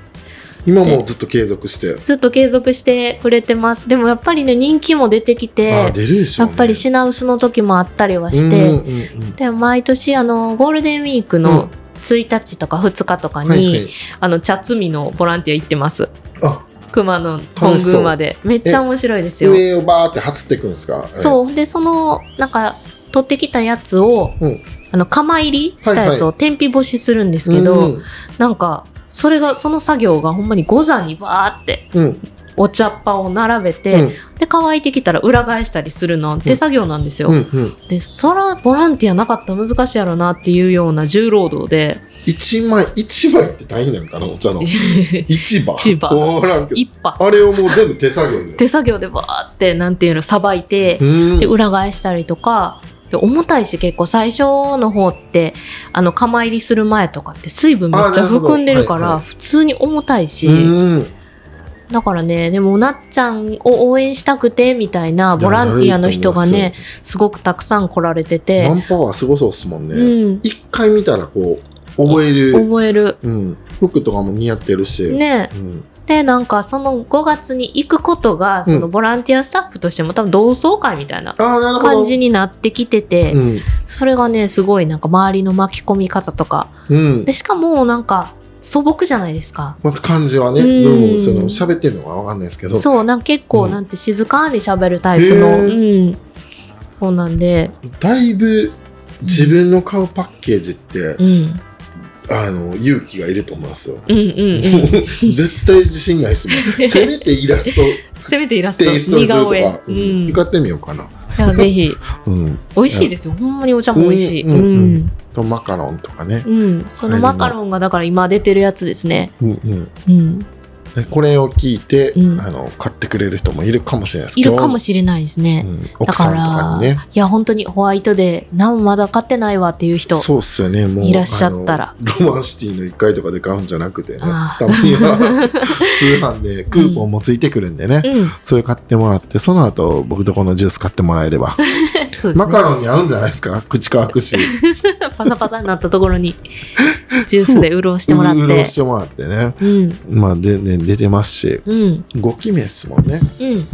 Speaker 1: 今もずっと継続して
Speaker 2: ずっと継続してくれてますでもやっぱりね人気も出てきて
Speaker 1: あー出るでしょ
Speaker 2: や
Speaker 1: うね
Speaker 2: っぱり品薄の時もあったりはして、
Speaker 1: うんうんうん
Speaker 2: で毎年あのゴールデンウィーク
Speaker 1: うん
Speaker 2: の1日とか2日とかに、
Speaker 1: はいはい
Speaker 2: あの茶摘みのボランティア行ってます
Speaker 1: あ
Speaker 2: 熊野本宮までめっちゃ面白いですよ
Speaker 1: 上をバーってはつっていくんですかう
Speaker 2: そうでそのなんか取ってきたやつを、
Speaker 1: うん
Speaker 2: あの釜入りしたやつ
Speaker 1: は
Speaker 2: を天日干しするんですけど、
Speaker 1: うん
Speaker 2: なんかそれがその作業がほんまに五座にバーって
Speaker 1: うんうん
Speaker 2: お茶っ葉を並べて、で乾いてきたら裏返したりするの手作業なんですよ、
Speaker 1: うんうん
Speaker 2: でそらボランティアなかったら難しいやろなっていうような重労働で
Speaker 1: 一枚一枚って単位なんかなお茶の一葉
Speaker 2: 一葉
Speaker 1: おらんけど
Speaker 2: 一波
Speaker 1: あれをもう全部手作業で
Speaker 2: 手作業でバーってなんていうのさばいて、
Speaker 1: うん
Speaker 2: で裏返したりとかで重たいし結構最初の方ってあの釜入りする前とかって水分めっち
Speaker 1: あな
Speaker 2: ゃ
Speaker 1: るほど
Speaker 2: 含んでるか
Speaker 1: はいは
Speaker 2: ら
Speaker 1: い
Speaker 2: 普通に重たいし、
Speaker 1: うん
Speaker 2: だからねでもなっちゃんを応援したくてみたいなボランティアの人が
Speaker 1: いやなる
Speaker 2: ね
Speaker 1: と
Speaker 2: すごくたくさん来られて
Speaker 1: マ
Speaker 2: て、
Speaker 1: ンパワーすごそうっすもんね
Speaker 2: うん、
Speaker 1: 一回見たらこう覚える
Speaker 2: 覚える。
Speaker 1: うん服とかも似合ってるし
Speaker 2: ね、
Speaker 1: うん
Speaker 2: でなんかその5月に行くことがそのボランティアスタッフとしても多分同窓会みたいな
Speaker 1: ああなるほど
Speaker 2: 感じになってきてて、
Speaker 1: うん
Speaker 2: それがねすごいなんか周りの巻き込み方とか
Speaker 1: うん
Speaker 2: でしかもなんか素朴じゃないですか。
Speaker 1: また感じはね
Speaker 2: うん
Speaker 1: どうもその喋ってるのかわかんないですけど
Speaker 2: そうなんか結構
Speaker 1: うん
Speaker 2: なんて静かに喋るタイプの、
Speaker 1: へ
Speaker 2: うん、そうなんで、
Speaker 1: だいぶ自分の顔パッケージって
Speaker 2: うん、
Speaker 1: あの勇気がいると思いますよ
Speaker 2: うんう んうん
Speaker 1: 絶対自信ないっすも んせめてイラスト
Speaker 2: せめてイラス
Speaker 1: テイスト
Speaker 2: ト
Speaker 1: に
Speaker 2: 似
Speaker 1: する
Speaker 2: 顔絵、
Speaker 1: とか
Speaker 2: う、
Speaker 1: うんん
Speaker 2: い
Speaker 1: 使ってみようかな
Speaker 2: やぜ ひ
Speaker 1: うん
Speaker 2: 美味しいですよほんまにお茶も美味しい、
Speaker 1: う
Speaker 2: うんん
Speaker 1: う
Speaker 2: うんん
Speaker 1: とマカロンとかね
Speaker 2: そのマカロンがだから今出てるやつですね、
Speaker 1: うんうん
Speaker 2: うん、
Speaker 1: でこれを聞いて
Speaker 2: うん
Speaker 1: あの買ってくれる人もいるかもしれないです
Speaker 2: いるかも
Speaker 1: し
Speaker 2: しれないですね、
Speaker 1: うん
Speaker 2: だ
Speaker 1: 奥
Speaker 2: か
Speaker 1: さんと
Speaker 2: ら
Speaker 1: かにね
Speaker 2: いや本当にホワイトで何もまだ買ってないわっていう人
Speaker 1: そうっすよねもう
Speaker 2: いらっしゃったら
Speaker 1: あのロマンシティの1階とかで買うんじゃなくてね
Speaker 2: あー
Speaker 1: たまに は通販でクーポンもついてくるんでね、
Speaker 2: うん
Speaker 1: それ買ってもらってその後僕とこのジュース買ってもらえれば、
Speaker 2: そうです
Speaker 1: マ
Speaker 2: ね
Speaker 1: カロンに合うんじゃないですか口乾くし
Speaker 2: パサパサになったところにジュースで潤してもらっ
Speaker 1: 潤
Speaker 2: て
Speaker 1: してもらってね
Speaker 2: うん
Speaker 1: まあで、ね、出てますし
Speaker 2: うん
Speaker 1: 5期目ですもんね
Speaker 2: うん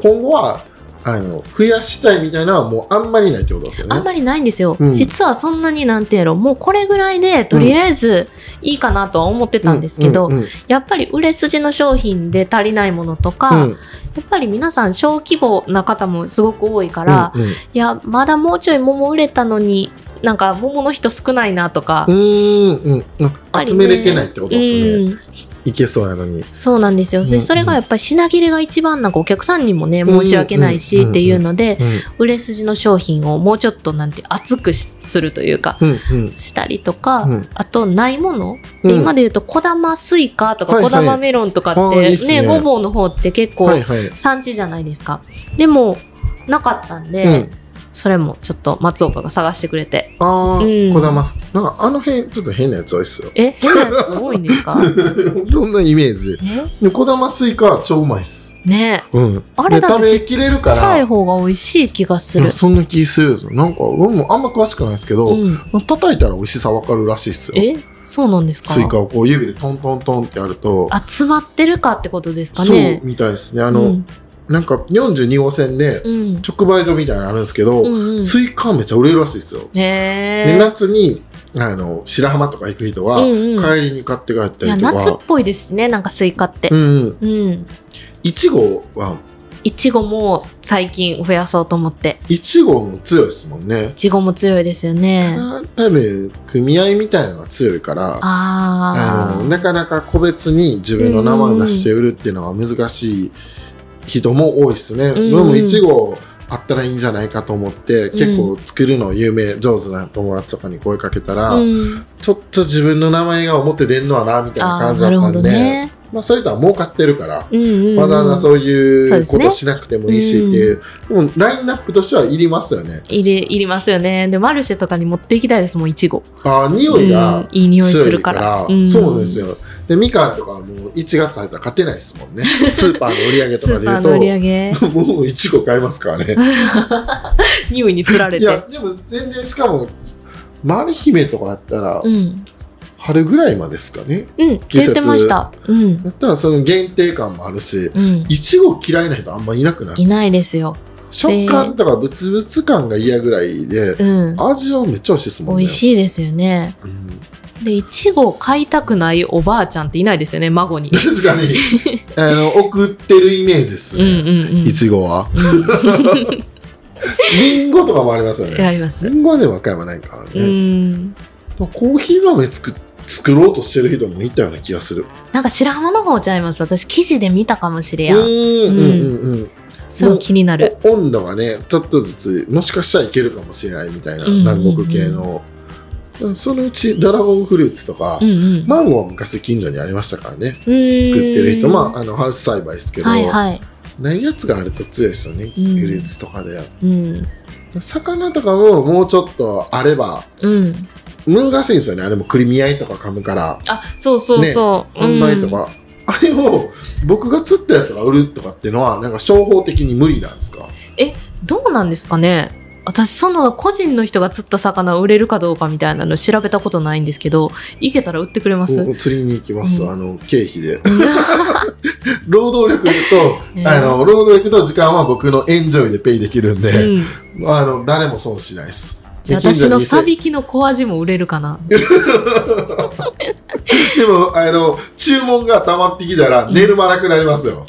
Speaker 1: 今後はあの増やしたいみたいなのはもうあんまりないってことですよね
Speaker 2: あんまりないんですよ、
Speaker 1: うん
Speaker 2: 実はそんなになんていうのもうこれぐらいでとりあえずいいかなとは思ってたんですけど、
Speaker 1: うんうん
Speaker 2: やっぱり売れ筋の商品で足りないものとか、
Speaker 1: うん
Speaker 2: やっぱり皆さん小規模な方もすごく多いから、
Speaker 1: うんうん
Speaker 2: いやまだもうちょい桃売れたのになんか桃の人少ないなとか、
Speaker 1: うーんうん
Speaker 2: ぱ
Speaker 1: うん、
Speaker 2: り
Speaker 1: 集
Speaker 2: ね
Speaker 1: めれてないってことですね、
Speaker 2: うん
Speaker 1: いけそうやのに
Speaker 2: そうなんですよ、
Speaker 1: うんう
Speaker 2: で
Speaker 1: ん
Speaker 2: それがやっぱり品切れが一番なんかお客さんにもね申し訳ない
Speaker 1: うん
Speaker 2: し
Speaker 1: うん
Speaker 2: っていうので
Speaker 1: うん
Speaker 2: 売れ筋の商品をもうちょっとなんて厚くしするというか
Speaker 1: うんうん
Speaker 2: したりとか、
Speaker 1: うん
Speaker 2: あとないもの、
Speaker 1: う
Speaker 2: で
Speaker 1: ん
Speaker 2: 今で言うと小玉スイカとか
Speaker 1: はいは
Speaker 2: 小
Speaker 1: い
Speaker 2: 玉メロンとか
Speaker 1: あ
Speaker 2: っ
Speaker 1: ーいい
Speaker 2: て
Speaker 1: っすね
Speaker 2: ねごぼうの方って結構
Speaker 1: はいはい
Speaker 2: 産地じゃないですか、でもなかったんで、
Speaker 1: うん、
Speaker 2: それもちょっと松岡が探してくれて
Speaker 1: ああ、
Speaker 2: うん
Speaker 1: こだますなんかあの辺ちょっと変なやつ多いっすよ
Speaker 2: え変なやつ多いんですか
Speaker 1: そんなイメージ
Speaker 2: え
Speaker 1: でこだますイカは超うまいっす
Speaker 2: ね
Speaker 1: うん
Speaker 2: あれだって
Speaker 1: で食べきれるか
Speaker 2: え
Speaker 1: ら
Speaker 2: 辛い方が美味しい気がす
Speaker 1: い
Speaker 2: る
Speaker 1: や、そんな気するんですよなんか俺もあんま詳しくないですけど、
Speaker 2: うん、
Speaker 1: 叩いたら美味しさわかるらしいっすよ
Speaker 2: えそうなんですか
Speaker 1: スイカをこう指でトントントンってやると
Speaker 2: 集まってるかってことですか
Speaker 1: そう
Speaker 2: ね。
Speaker 1: みたいですねあ
Speaker 2: あ
Speaker 1: の、なんか42号線で
Speaker 2: うん、うん
Speaker 1: 直売所みたいなのあるんですけど、
Speaker 2: うんうん
Speaker 1: スイカめっちゃ売れるらしいですよ。
Speaker 2: へ
Speaker 1: で
Speaker 2: ー
Speaker 1: 夏にあの白浜とか行く人は、
Speaker 2: うんうん
Speaker 1: 帰りに買って帰っ
Speaker 2: い
Speaker 1: た
Speaker 2: や
Speaker 1: りと
Speaker 2: 夏っ
Speaker 1: か、
Speaker 2: ぽいですしねなんかスイカって
Speaker 1: う。んうん、
Speaker 2: うん
Speaker 1: いちごはい
Speaker 2: ちごも最近増やそうと思って
Speaker 1: いちごも強いですもんね
Speaker 2: い。ちごも強いですよね
Speaker 1: 多分、組合みたいなのが強いから、あ
Speaker 2: あ
Speaker 1: の
Speaker 2: あ
Speaker 1: なかなか個別に自分の名前を出して売るっていうのは難しい人も多いですね。
Speaker 2: ん
Speaker 1: でもいちごあったらいいんじゃないかと思って結構作るの有名上手な友達とかに声かけたら、
Speaker 2: うん、
Speaker 1: ちょっと自分の名前が表出んのはなみたいな
Speaker 2: あ
Speaker 1: 感
Speaker 2: ー
Speaker 1: じだ
Speaker 2: なる
Speaker 1: った
Speaker 2: ほ
Speaker 1: んで、
Speaker 2: どね、
Speaker 1: まあ、そういうのは儲かってるから。
Speaker 2: うんうんうん、
Speaker 1: わざわざそうい
Speaker 2: そう
Speaker 1: う
Speaker 2: です
Speaker 1: こ
Speaker 2: ね
Speaker 1: としなくてもいいしっていう、でもラインナップとしてはいりますよね。
Speaker 2: いりいりますよねでマルシェとかに持っていきたいですもんいちご
Speaker 1: あー匂いが、
Speaker 2: うんいい匂いす
Speaker 1: 強
Speaker 2: る
Speaker 1: いか
Speaker 2: からら、ん
Speaker 1: そうですよでみかんとかはもう1月入ったら買ってないですもん ねスーパーの売り上げと
Speaker 2: ス
Speaker 1: か
Speaker 2: ーパーの
Speaker 1: で
Speaker 2: 売
Speaker 1: 言
Speaker 2: り上
Speaker 1: う
Speaker 2: げ
Speaker 1: ともういちご買いますから ね
Speaker 2: 匂いにつられ
Speaker 1: い
Speaker 2: て
Speaker 1: やでも全然しかもマリ姫とかだったら
Speaker 2: うん
Speaker 1: 春ぐらいまでですかね、
Speaker 2: うんって言ってましたうん
Speaker 1: だったらその限定感もあるし
Speaker 2: うん
Speaker 1: いちご嫌いな人あんまいなくない
Speaker 2: いないですよ
Speaker 1: 食感とかブツブツ感が嫌ぐらいで
Speaker 2: うん
Speaker 1: 味はめっちゃ美味しいですも
Speaker 2: 美
Speaker 1: んね
Speaker 2: 味しいですよね
Speaker 1: うん
Speaker 2: でいちごを買いたくないおばあちゃんっていないですよね 孫に
Speaker 1: 確かに あの送ってるイメージです
Speaker 2: うん
Speaker 1: ね、
Speaker 2: うんうん
Speaker 1: いちごはリンゴとかもありますよ
Speaker 2: うん
Speaker 1: ね。
Speaker 2: あります
Speaker 1: リ
Speaker 2: う
Speaker 1: ンゴはね、和歌山ないからね。
Speaker 2: ん
Speaker 1: コーヒー豆作作ろうとしてる人もいたような気がする。
Speaker 2: なんか白浜の方ちゃいます私記事で見たかもしれ
Speaker 1: う
Speaker 2: やん
Speaker 1: んうんうんうん。
Speaker 2: すごい気になる
Speaker 1: お温度がね、ちょっとずつ、もしかしたらいけるかもしれないみたいな、
Speaker 2: うんうんうん
Speaker 1: 南国系の。そのうちドラゴンフルーツとか、
Speaker 2: うんうん
Speaker 1: マンゴーは昔近所にありましたからね。
Speaker 2: 作
Speaker 1: 作ってる人、まあ、あのハウス栽培ですけど、
Speaker 2: はいはい
Speaker 1: ないやつがあると強いですよね、
Speaker 2: うん
Speaker 1: フルーツとかで。
Speaker 2: うん
Speaker 1: 魚とかももうちょっとあれば、
Speaker 2: うん
Speaker 1: 難しいんですよね、あれもクリミアイとか噛むから。
Speaker 2: あそうそうそう、うん
Speaker 1: 販売とか、あれを僕が釣ったやつが売るとかっていうのはなんか商法的に無理なんですか
Speaker 2: どうなんですかね私その個人の人が釣った魚を売れるかどうかみたいなの調べたことないんですけど行けたら売ってくれます、
Speaker 1: うん釣りに行きます、
Speaker 2: うん
Speaker 1: あの経費で労働力と、
Speaker 2: ええ
Speaker 1: あの労働力と時間は僕のエンジョイでペイできるんで、
Speaker 2: うん
Speaker 1: あの誰も損しないです
Speaker 2: じゃあ
Speaker 1: で近所
Speaker 2: 私
Speaker 1: に
Speaker 2: のサビキの小味も売れるかな
Speaker 1: でもあの注文が溜まってきたら
Speaker 2: うん
Speaker 1: 寝る間なくなります よ、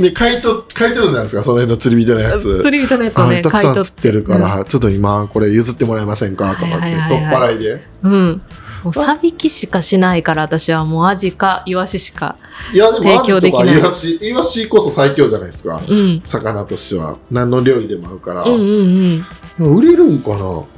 Speaker 1: で買いと買い取るじゃないですかその辺の釣り人のやつ
Speaker 2: 釣り人のやつを
Speaker 1: あ
Speaker 2: ね
Speaker 1: たく
Speaker 2: 買い
Speaker 1: さん
Speaker 2: 取 っ
Speaker 1: 釣ってるから、ちょっと今これ譲ってもらえませんかとかって、
Speaker 2: はいはいはいは
Speaker 1: 取っ払いで
Speaker 2: うんもうサビキしかしないから私はもうアジかイワシしか
Speaker 1: いやでもア
Speaker 2: 提
Speaker 1: ジと
Speaker 2: 供でき
Speaker 1: か
Speaker 2: ない
Speaker 1: イワシイワシこそ最強じゃないですか
Speaker 2: うん
Speaker 1: 魚としては何の料理でも合うから、
Speaker 2: うんうんうん
Speaker 1: 売れるんかな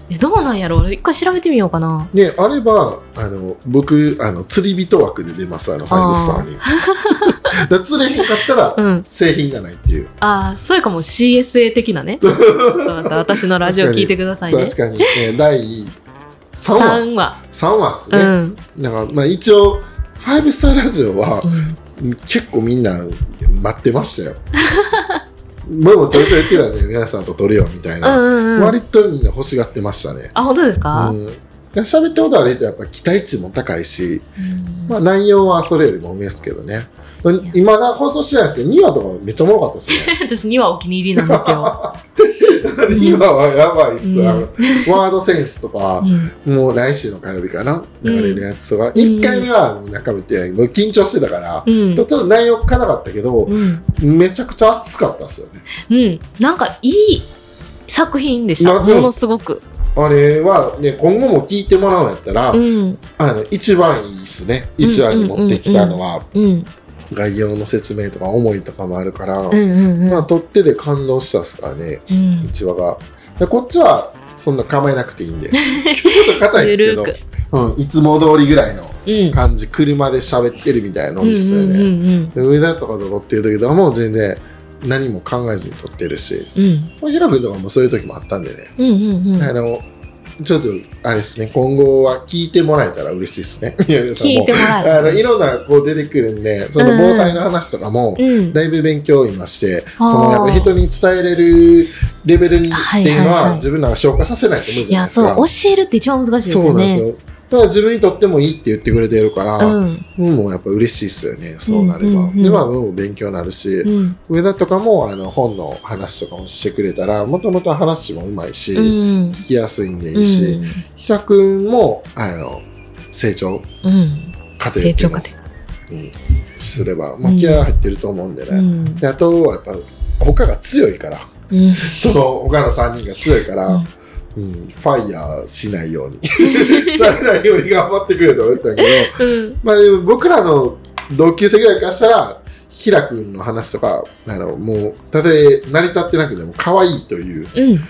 Speaker 2: えどうなんやろう一回調べてみようかな
Speaker 1: ねあればあの僕あの釣り人枠で出ますあのハイブスターに だから釣れへんかったら
Speaker 2: うん
Speaker 1: 製品がないっていう
Speaker 2: ああそういうかも CSA 的な ねちょっとまた私のラジオ聞いてくださいね
Speaker 1: 確かに、ね、第3話
Speaker 2: 3話
Speaker 1: 3話っす
Speaker 2: う
Speaker 1: ね、
Speaker 2: ん、
Speaker 1: だからまあ一応5スターラジオは
Speaker 2: うん
Speaker 1: 結構みんな待ってましたよ前もちょいちょい言ってたね皆さんと撮るよみたいな、
Speaker 2: うんうんうん、
Speaker 1: 割とみんな欲しがってましたね。
Speaker 2: あ本当です
Speaker 1: う
Speaker 2: か、
Speaker 1: ん、喋ったことある人はやっぱ期待値も高いし、
Speaker 2: うん
Speaker 1: まあ、内容はそれよりも上ですけどね。今だ放送してないですけど、2話とかめっちゃおもろかったです よね。
Speaker 2: 私2話お気に入りなんで すよ、
Speaker 1: 2話はやばいっす、
Speaker 2: うん
Speaker 1: あのワードセンスとか、
Speaker 2: うん
Speaker 1: もう来週の火曜日かな、流れるやつとか、
Speaker 2: ん
Speaker 1: 1回目は中身って、もう緊張してたから、
Speaker 2: うん
Speaker 1: ちょっと内容かなかったけど、
Speaker 2: うん
Speaker 1: めちゃくちゃ熱かったですよね。
Speaker 2: うん、なんかいい作品でした
Speaker 1: なうん
Speaker 2: ものすごく、
Speaker 1: あれはね、今後も聞いてもらうんやったら、
Speaker 2: うん
Speaker 1: あの一番いいですね一話に持ってきたのは
Speaker 2: うん、うん
Speaker 1: 概要の説明とか思いとかもあるから、
Speaker 2: うんうん
Speaker 1: まあ、取ってで感動したっすからね
Speaker 2: うん
Speaker 1: 一話がでこっちはそんな構えなくていい んでちょっと硬いですけど
Speaker 2: ゆるー、
Speaker 1: うん、いつも通りぐらいの
Speaker 2: うん
Speaker 1: 感じ車で喋ってるみたいなのですよね、
Speaker 2: うんうん
Speaker 1: で上田とかと撮ってる時とかも全然何も考えずに撮ってるし
Speaker 2: うん
Speaker 1: まあ平君とかもそういう時もあったんでね、
Speaker 2: うんうんうんうん
Speaker 1: あのちょっとあれですね今後は聞いてもらえたら嬉しいですね宮根さん
Speaker 2: 聞
Speaker 1: も
Speaker 2: いてもらえた
Speaker 1: あのいろんなこう出てくるんでその防災の話とかも
Speaker 2: うん
Speaker 1: だいぶ勉強を今して、このやっ
Speaker 2: あ
Speaker 1: ぱり
Speaker 2: ー
Speaker 1: 人に伝えれるレベルにって
Speaker 2: はい
Speaker 1: いうの
Speaker 2: はいは
Speaker 1: はい自分らが消化させないと無理
Speaker 2: い
Speaker 1: じゃない
Speaker 2: や
Speaker 1: です
Speaker 2: そう
Speaker 1: か。
Speaker 2: 教えるって一番難しいです
Speaker 1: そう
Speaker 2: よ
Speaker 1: なんで
Speaker 2: ね
Speaker 1: すよだから自分にとってもいいって言ってくれてるから、
Speaker 2: うん
Speaker 1: もうやっぱ嬉しいですよねそうなれば、
Speaker 2: うんうんうん
Speaker 1: でまあもう勉強になるし、
Speaker 2: うん
Speaker 1: 上田とかもあの本の話とかもしてくれたらもともと話もうまいし、
Speaker 2: うん
Speaker 1: 聞きやすいんで
Speaker 2: う
Speaker 1: いいし、
Speaker 2: ん
Speaker 1: ひらくんもあの成長
Speaker 2: うん
Speaker 1: 過程ってい
Speaker 2: 成
Speaker 1: うの
Speaker 2: 長過程
Speaker 1: うん、すれば、まあ、気合入ってると思うんでね、
Speaker 2: うん
Speaker 1: であとはやっぱ他が強いから
Speaker 2: うん
Speaker 1: その他の3人が強いから、
Speaker 2: う
Speaker 1: うんんファイヤーしないように されないように頑張ってくれと思ってたけど、
Speaker 2: うん
Speaker 1: まあ、でも僕らの同級生ぐらいからしたら平君の話とかあのもうたとえ成り立ってなくても可愛いという
Speaker 2: うん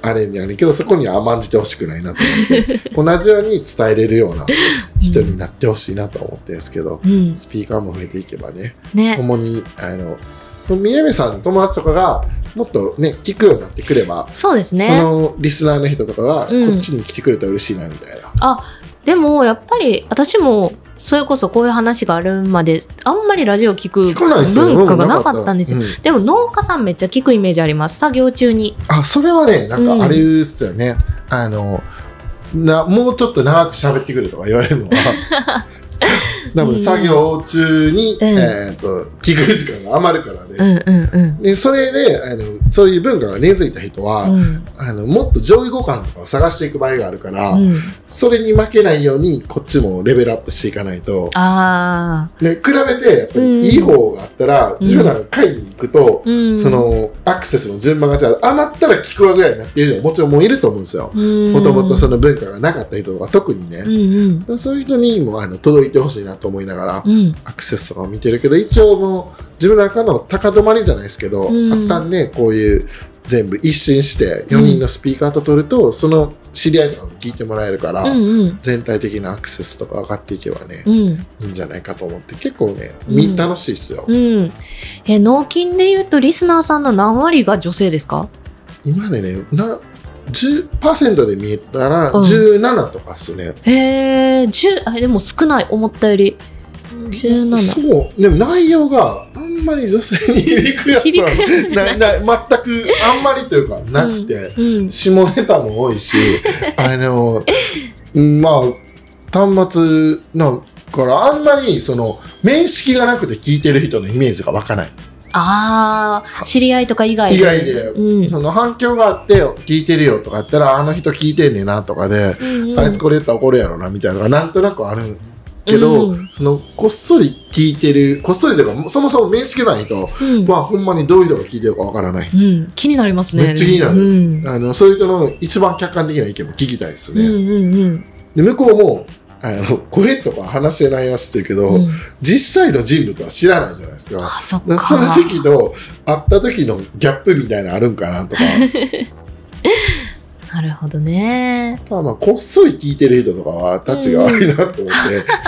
Speaker 1: あれにあるけどそこには甘んじてほしくないなと思って同じように伝えれるような人になってほしいなと思ってるんですけど、
Speaker 2: うん
Speaker 1: スピーカーも増えていけばね
Speaker 2: ね
Speaker 1: 共にあの南さんの友達とかがもっとね聞くようになってくれば、
Speaker 2: そうです
Speaker 1: そ
Speaker 2: ね
Speaker 1: のリスナーの人とかがこ
Speaker 2: うん
Speaker 1: っちに来てくれたら嬉しいなみたいな。
Speaker 2: でもやっぱり私もそれこそこういう話があるまであんまりラジオ聞く
Speaker 1: 聞かないですよ
Speaker 2: 文化がなかったんですよ、
Speaker 1: う
Speaker 2: でも農家さんめっちゃ聞くイメージあります作業中に
Speaker 1: あそれはねなん
Speaker 2: うん
Speaker 1: かあれですよね、あのなもうちょっと長く喋ってくるとか言われるの は多
Speaker 2: うん
Speaker 1: 分作業中に、
Speaker 2: うん
Speaker 1: えー、と聞く時間が余るからね、
Speaker 2: うんうんうん
Speaker 1: でそれであのそういう文化が根付いた人は、
Speaker 2: うん
Speaker 1: あのもっと上位互換とかを探していく場合があるから、
Speaker 2: うん、
Speaker 1: それに負けないようにこっちもレベルアップしていかないと
Speaker 2: ああ、
Speaker 1: で比べてやっぱ
Speaker 2: うん
Speaker 1: りいい方があったら、
Speaker 2: ん
Speaker 1: 自分らが買いに行くと、
Speaker 2: うん、
Speaker 1: そのアクセスの順番が違う余ったら聞くわぐらいになっている人ももちろんもういると思うんですよも
Speaker 2: も
Speaker 1: ともとその文化がなかった人とか特にね、
Speaker 2: うんうん
Speaker 1: そういう人にもあの届いてほしいなと思いながら、
Speaker 2: うん
Speaker 1: アクセスとかを見てるけど一応もう自分の中の高止まりじゃないですけど、
Speaker 2: うん
Speaker 1: あったんでこういう全部一新して4人のスピーカーと撮ると、その知り合いとかも聞いてもらえるから、
Speaker 2: うんうん
Speaker 1: 全体的なアクセスとか上がっていけばね、
Speaker 2: うん
Speaker 1: いいんじゃないかと思って結構ね
Speaker 2: うん
Speaker 1: み楽しいっすよ、
Speaker 2: うんえ納金で言うとリスナーさんの何割が女性ですか
Speaker 1: 今でねな10%で見えたら
Speaker 2: うん
Speaker 1: 17とかっすね、
Speaker 2: へえ10あでも少ない思ったより17
Speaker 1: そうでも内容があんまり女性に響くやつ
Speaker 2: 響くやつじゃな
Speaker 1: はないない全くあんまりというかなくて、
Speaker 2: うん
Speaker 1: 下ネタも多 いしあのまあ端末なんからあんまりその面識がなくて聞いてる人のイメージが湧かない、
Speaker 2: ああ知り合いとか以外
Speaker 1: 以外で
Speaker 2: うん
Speaker 1: その反響があって聞いてるよとか言ったらあの人聞いてんねんなとかで、
Speaker 2: うんうん
Speaker 1: あいつこれ言ったら怒るやろなみたいなのがなんとなくあるけど、
Speaker 2: うん
Speaker 1: そのこっそり聞いてるこっそりというかそもそも面識ないと、
Speaker 2: うん
Speaker 1: まあほんまにどういう人が聞いてるかわからない、
Speaker 2: うん気になりますね
Speaker 1: めっちゃ気になるんです、
Speaker 2: うん
Speaker 1: あのそういう人の一番客観的な意見も聞きたいです
Speaker 2: う
Speaker 1: ね、
Speaker 2: んうんうん
Speaker 1: で向こうもあの声とか話の内容は知ってるけど、
Speaker 2: うん
Speaker 1: 実際の人物は知らないじゃないですか。
Speaker 2: あそっ
Speaker 1: だ
Speaker 2: か
Speaker 1: からその時の会った時のギャップみたいなのあるんかな とか
Speaker 2: なるほどね
Speaker 1: あとはまあこっそり聞いてる人とかはたちが悪いなと思って、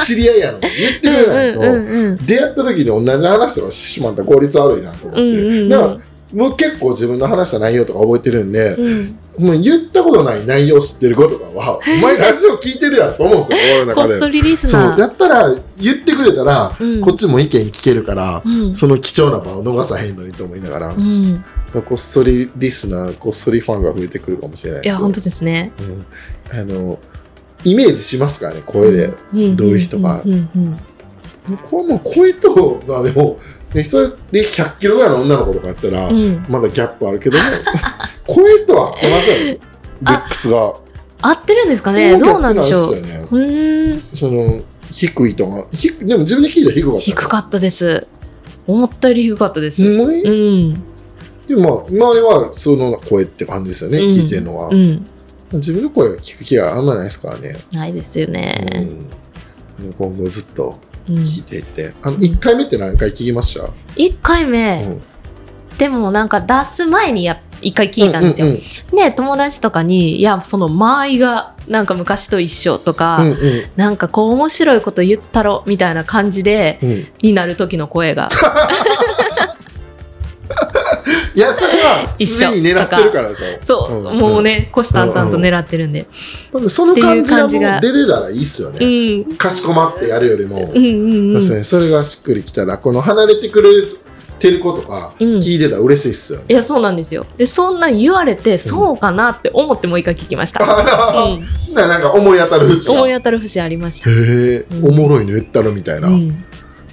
Speaker 1: 知り合いやのに言って
Speaker 2: う
Speaker 1: くれ
Speaker 2: ん
Speaker 1: ないと、
Speaker 2: うんうん
Speaker 1: 出会った時に同じ話とかしてしまったら効率悪いなと思って、
Speaker 2: うんうんうん
Speaker 1: だから僕結構自分の話した内容とか覚えてるんで、
Speaker 2: うん
Speaker 1: もう言ったことない内容知ってる子とか は「お前ラジオ聞いてるやん」と思うんですよ俺の
Speaker 2: こ
Speaker 1: 中
Speaker 2: っ
Speaker 1: で。
Speaker 2: そりリス
Speaker 1: そ
Speaker 2: ナ
Speaker 1: うや
Speaker 2: ー
Speaker 1: ったら言ってくれたら、
Speaker 2: うん
Speaker 1: こっちも意見聞けるから、
Speaker 2: うん
Speaker 1: その貴重な場を逃さへんのにと思いながら、
Speaker 2: うん
Speaker 1: こっそりリスナーこっそりファンが増えてくるかもしれない
Speaker 2: い
Speaker 1: です
Speaker 2: や本当ですね
Speaker 1: うんあのイメージしますからね声で、
Speaker 2: うん
Speaker 1: どういう人が
Speaker 2: うんうんうん
Speaker 1: こうもう声とまあでも、ね、それで100キロぐらいの女の子とかやったら、
Speaker 2: うん
Speaker 1: まだギャップあるけども 声とは同じやねルックスが
Speaker 2: 合ってるんですかねどうなんでしょ
Speaker 1: こ
Speaker 2: う
Speaker 1: ギャップなんですよね
Speaker 2: うーん
Speaker 1: その低いとか低でも自分で聞いたら低かった
Speaker 2: 低かったです思ったより低かったです
Speaker 1: すごい
Speaker 2: うん
Speaker 1: でもまあ周りはその声って感じですよね、
Speaker 2: うん
Speaker 1: 聞いてるのは、
Speaker 2: うん
Speaker 1: 自分の声を聞く気があんまないですからね、
Speaker 2: ないですよね
Speaker 1: うん、あの今後ずっと
Speaker 2: うん
Speaker 1: 聞いていって、あの1回目って何回聞きました、
Speaker 2: 一回目
Speaker 1: うん
Speaker 2: でもなんか出す前にや一回聞いたんですよ
Speaker 1: うんうん
Speaker 2: で友達とかにいやその間合いがなんか昔と一緒とか、
Speaker 1: うんうん
Speaker 2: なんかこう面白いこと言ったろみたいな感じで
Speaker 1: うん
Speaker 2: になる時の 声が
Speaker 1: いやそれは
Speaker 2: 一緒
Speaker 1: 常に狙ってるからですよ
Speaker 2: そう、
Speaker 1: ん
Speaker 2: もうね虎視眈々と狙ってるんで、
Speaker 1: 多分その感じがも
Speaker 2: っていうう感
Speaker 1: 出
Speaker 2: じ
Speaker 1: てたらいいっすよ
Speaker 2: う
Speaker 1: ね、
Speaker 2: ん、
Speaker 1: かしこまってやるよりも、
Speaker 2: うんうんうん
Speaker 1: 確かにそれがしっくりきたらこの離れてくれてる子とか
Speaker 2: うん
Speaker 1: 聞いてたら嬉しいっすよね、
Speaker 2: いやそうなんですよでそんなん言われて、そうかなって思ってもう一回聞きました、う ん、
Speaker 1: ななんか思い当たる節が
Speaker 2: 思い当たる節ありました、
Speaker 1: へえ、
Speaker 2: うん
Speaker 1: おもろいの言ったのみたいな、
Speaker 2: うん、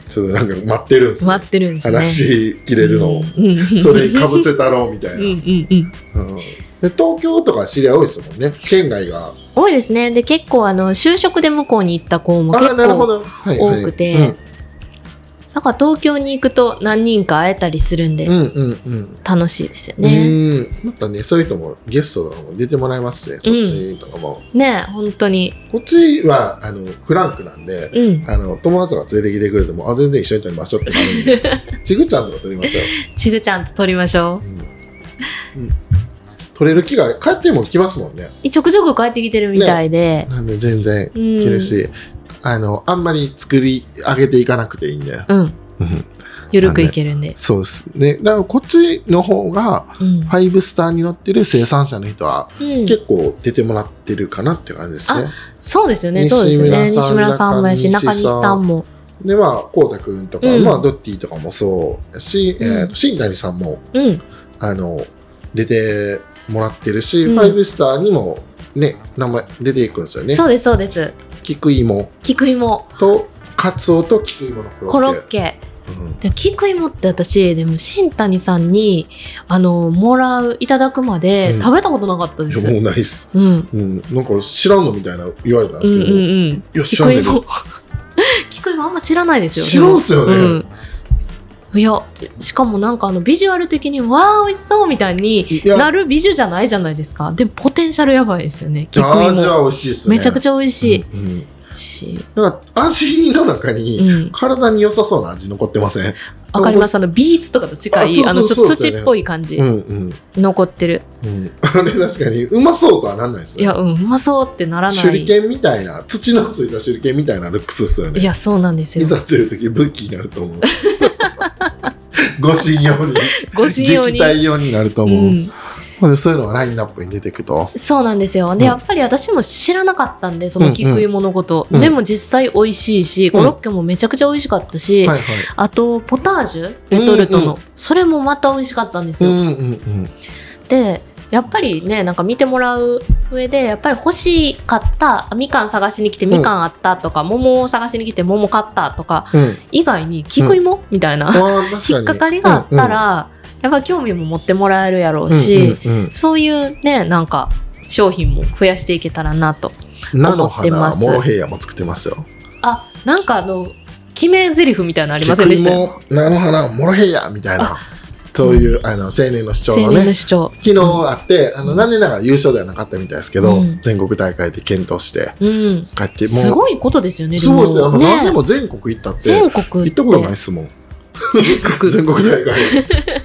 Speaker 1: ちょっとなんか待ってるんです、ね
Speaker 2: 待ってるんですね
Speaker 1: 話切れるのを、
Speaker 2: うんうんうん
Speaker 1: それにかぶせたろうみたい
Speaker 2: うん
Speaker 1: な、
Speaker 2: うんうん
Speaker 1: うんで東京とか知り合い多いですもんね県外が
Speaker 2: 多いですねで結構あの就職で向こうに行った子も
Speaker 1: あ
Speaker 2: 結
Speaker 1: なるほ
Speaker 2: 構
Speaker 1: ど、はい
Speaker 2: 多くて
Speaker 1: はいうん
Speaker 2: なんか東京に行くと何人か会えたりするんで
Speaker 1: うんうんうん
Speaker 2: 楽しいですよね。
Speaker 1: うんなんかねそういう人もゲストとかも出てもらいますねそっちにとかも、
Speaker 2: ねえ本当に。
Speaker 1: こっちはあのフランクなんで、
Speaker 2: うん。
Speaker 1: あの友達が連れてきてくれてもあ全然一緒に撮りましょうってなるんで ちぐちゃんとか撮りましょ
Speaker 2: ちぐちゃんと撮りましょ
Speaker 1: う、。
Speaker 2: う
Speaker 1: うんうん撮れる気が帰っても来ますもんね
Speaker 2: ちょくちょく帰ってきてるみたいで。
Speaker 1: なんで全然
Speaker 2: うん。
Speaker 1: いけるし、あのあんまり作り上げていかなくていいんで、
Speaker 2: うん。
Speaker 1: うん
Speaker 2: ゆるくいけるんで。
Speaker 1: そうですねだからこっちの方が
Speaker 2: うん。
Speaker 1: ファイブスターに乗ってる生産者の人は
Speaker 2: うん
Speaker 1: 結構出てもらってるかなっていう感じですね、
Speaker 2: そうですよね。そうですよね。
Speaker 1: 西
Speaker 2: 西
Speaker 1: 村
Speaker 2: 村
Speaker 1: さ
Speaker 2: さ
Speaker 1: ん
Speaker 2: んもやし、
Speaker 1: 中
Speaker 2: 中
Speaker 1: 西
Speaker 2: 西
Speaker 1: さん
Speaker 2: さんも。
Speaker 1: でまあこうたくんとか、
Speaker 2: うん
Speaker 1: まあドッティとかもそうやし、
Speaker 2: うん
Speaker 1: えーと新谷さんも
Speaker 2: うん。
Speaker 1: あの出てもらってるし、
Speaker 2: うん
Speaker 1: ファイブスターにもね名前出ていくんですよね
Speaker 2: そうです、そうです。
Speaker 1: 菊芋
Speaker 2: 菊芋、
Speaker 1: とカツオと菊芋のコロッケ
Speaker 2: コロッケ。
Speaker 1: うん
Speaker 2: で菊芋って私、でも新谷さんに、あの、もらう、いただくまで
Speaker 1: うん
Speaker 2: 食べたことなかったで
Speaker 1: い
Speaker 2: す。
Speaker 1: やもうないっす、
Speaker 2: うん。うん
Speaker 1: うん、なんか知らんのみたいな言われたんで
Speaker 2: う
Speaker 1: すけ
Speaker 2: ん
Speaker 1: ど、
Speaker 2: うん。
Speaker 1: いや知らんね
Speaker 2: 菊
Speaker 1: んけど
Speaker 2: 芋。菊芋あんま知らないですよね。
Speaker 1: 知らんっすよね、
Speaker 2: うん。いや、しかもなんかあの、ビジュアル的に、わー、美味しそうみたいに
Speaker 1: いや
Speaker 2: なる美女じゃないじゃないですか。でも、ポテンシャルやばいですよね。
Speaker 1: 味
Speaker 2: 菊芋。
Speaker 1: は美味しいっすね
Speaker 2: めちゃく
Speaker 1: ち
Speaker 2: ちゃ美味し
Speaker 1: い、うんうん
Speaker 2: いし。
Speaker 1: なんか味の中に、
Speaker 2: うん。
Speaker 1: 体に良さそうな味残ってません
Speaker 2: わかります。あの、ビーツとかと近い、
Speaker 1: あ
Speaker 2: あ
Speaker 1: そ
Speaker 2: の、
Speaker 1: う
Speaker 2: ち
Speaker 1: そ
Speaker 2: ょ
Speaker 1: う
Speaker 2: っ
Speaker 1: そうです
Speaker 2: と土
Speaker 1: よね
Speaker 2: っぽい感じ
Speaker 1: う、んうん
Speaker 2: 残ってる。
Speaker 1: うん、あれ確かにうまそうとはなんないですね
Speaker 2: いや、うん、うまそうってならない。
Speaker 1: 手裏剣みたいな土のついた手裏剣みたいなルックスですよね
Speaker 2: いや、そうなんです
Speaker 1: い
Speaker 2: よ。
Speaker 1: ざという時武器になると思う 護身用に
Speaker 2: ご信用
Speaker 1: 撃
Speaker 2: に。
Speaker 1: 退用になると
Speaker 2: う
Speaker 1: 思う、
Speaker 2: ん、
Speaker 1: まあそういうのがラインナップに出てくと
Speaker 2: そうなんですよで、
Speaker 1: うん
Speaker 2: やっぱり私も知らなかったんでその菊芋のこと、
Speaker 1: うんうん
Speaker 2: でも実際美味しいし、コロッケもめちゃくちゃ美味しかったし、
Speaker 1: はいはい
Speaker 2: あとポタージュレトルトの、
Speaker 1: うんうん
Speaker 2: それもまた美味しかったんです
Speaker 1: う
Speaker 2: よ、
Speaker 1: んうんうん
Speaker 2: でやっぱりねなんか見てもらう上でやっぱり欲しかったみかん探しに来てみかんあったとか、桃を探しに来て桃買ったとか
Speaker 1: うん
Speaker 2: 以外に菊芋、みたいな
Speaker 1: あー確かに
Speaker 2: 引っかかりがあったら、やっぱり興味も持ってもらえるや
Speaker 1: う
Speaker 2: ろうん
Speaker 1: うん
Speaker 2: し、
Speaker 1: うんうん
Speaker 2: そういうねなんか商品も増やしていけたらなと
Speaker 1: 菜の
Speaker 2: 思ってま
Speaker 1: 花
Speaker 2: す
Speaker 1: モロヘイヤも作ってますよ
Speaker 2: あなんかあの決め台詞みたいなのありませんでしたよ
Speaker 1: 菊芋菜の花モロヘイヤみたいなそういう、あの青年の主張の
Speaker 2: 青年
Speaker 1: ね
Speaker 2: の主張
Speaker 1: 昨日あって、あの残念ながら優勝ではなかったみたいですけど、
Speaker 2: うん
Speaker 1: 全国大会で検討して
Speaker 2: うん
Speaker 1: 帰って
Speaker 2: す
Speaker 1: も
Speaker 2: ごいことですよね
Speaker 1: うすごいですよ、あの
Speaker 2: ね
Speaker 1: 何でも全国行ったって
Speaker 2: 全国
Speaker 1: 行ったことないっすもん
Speaker 2: 全 国
Speaker 1: 全国大会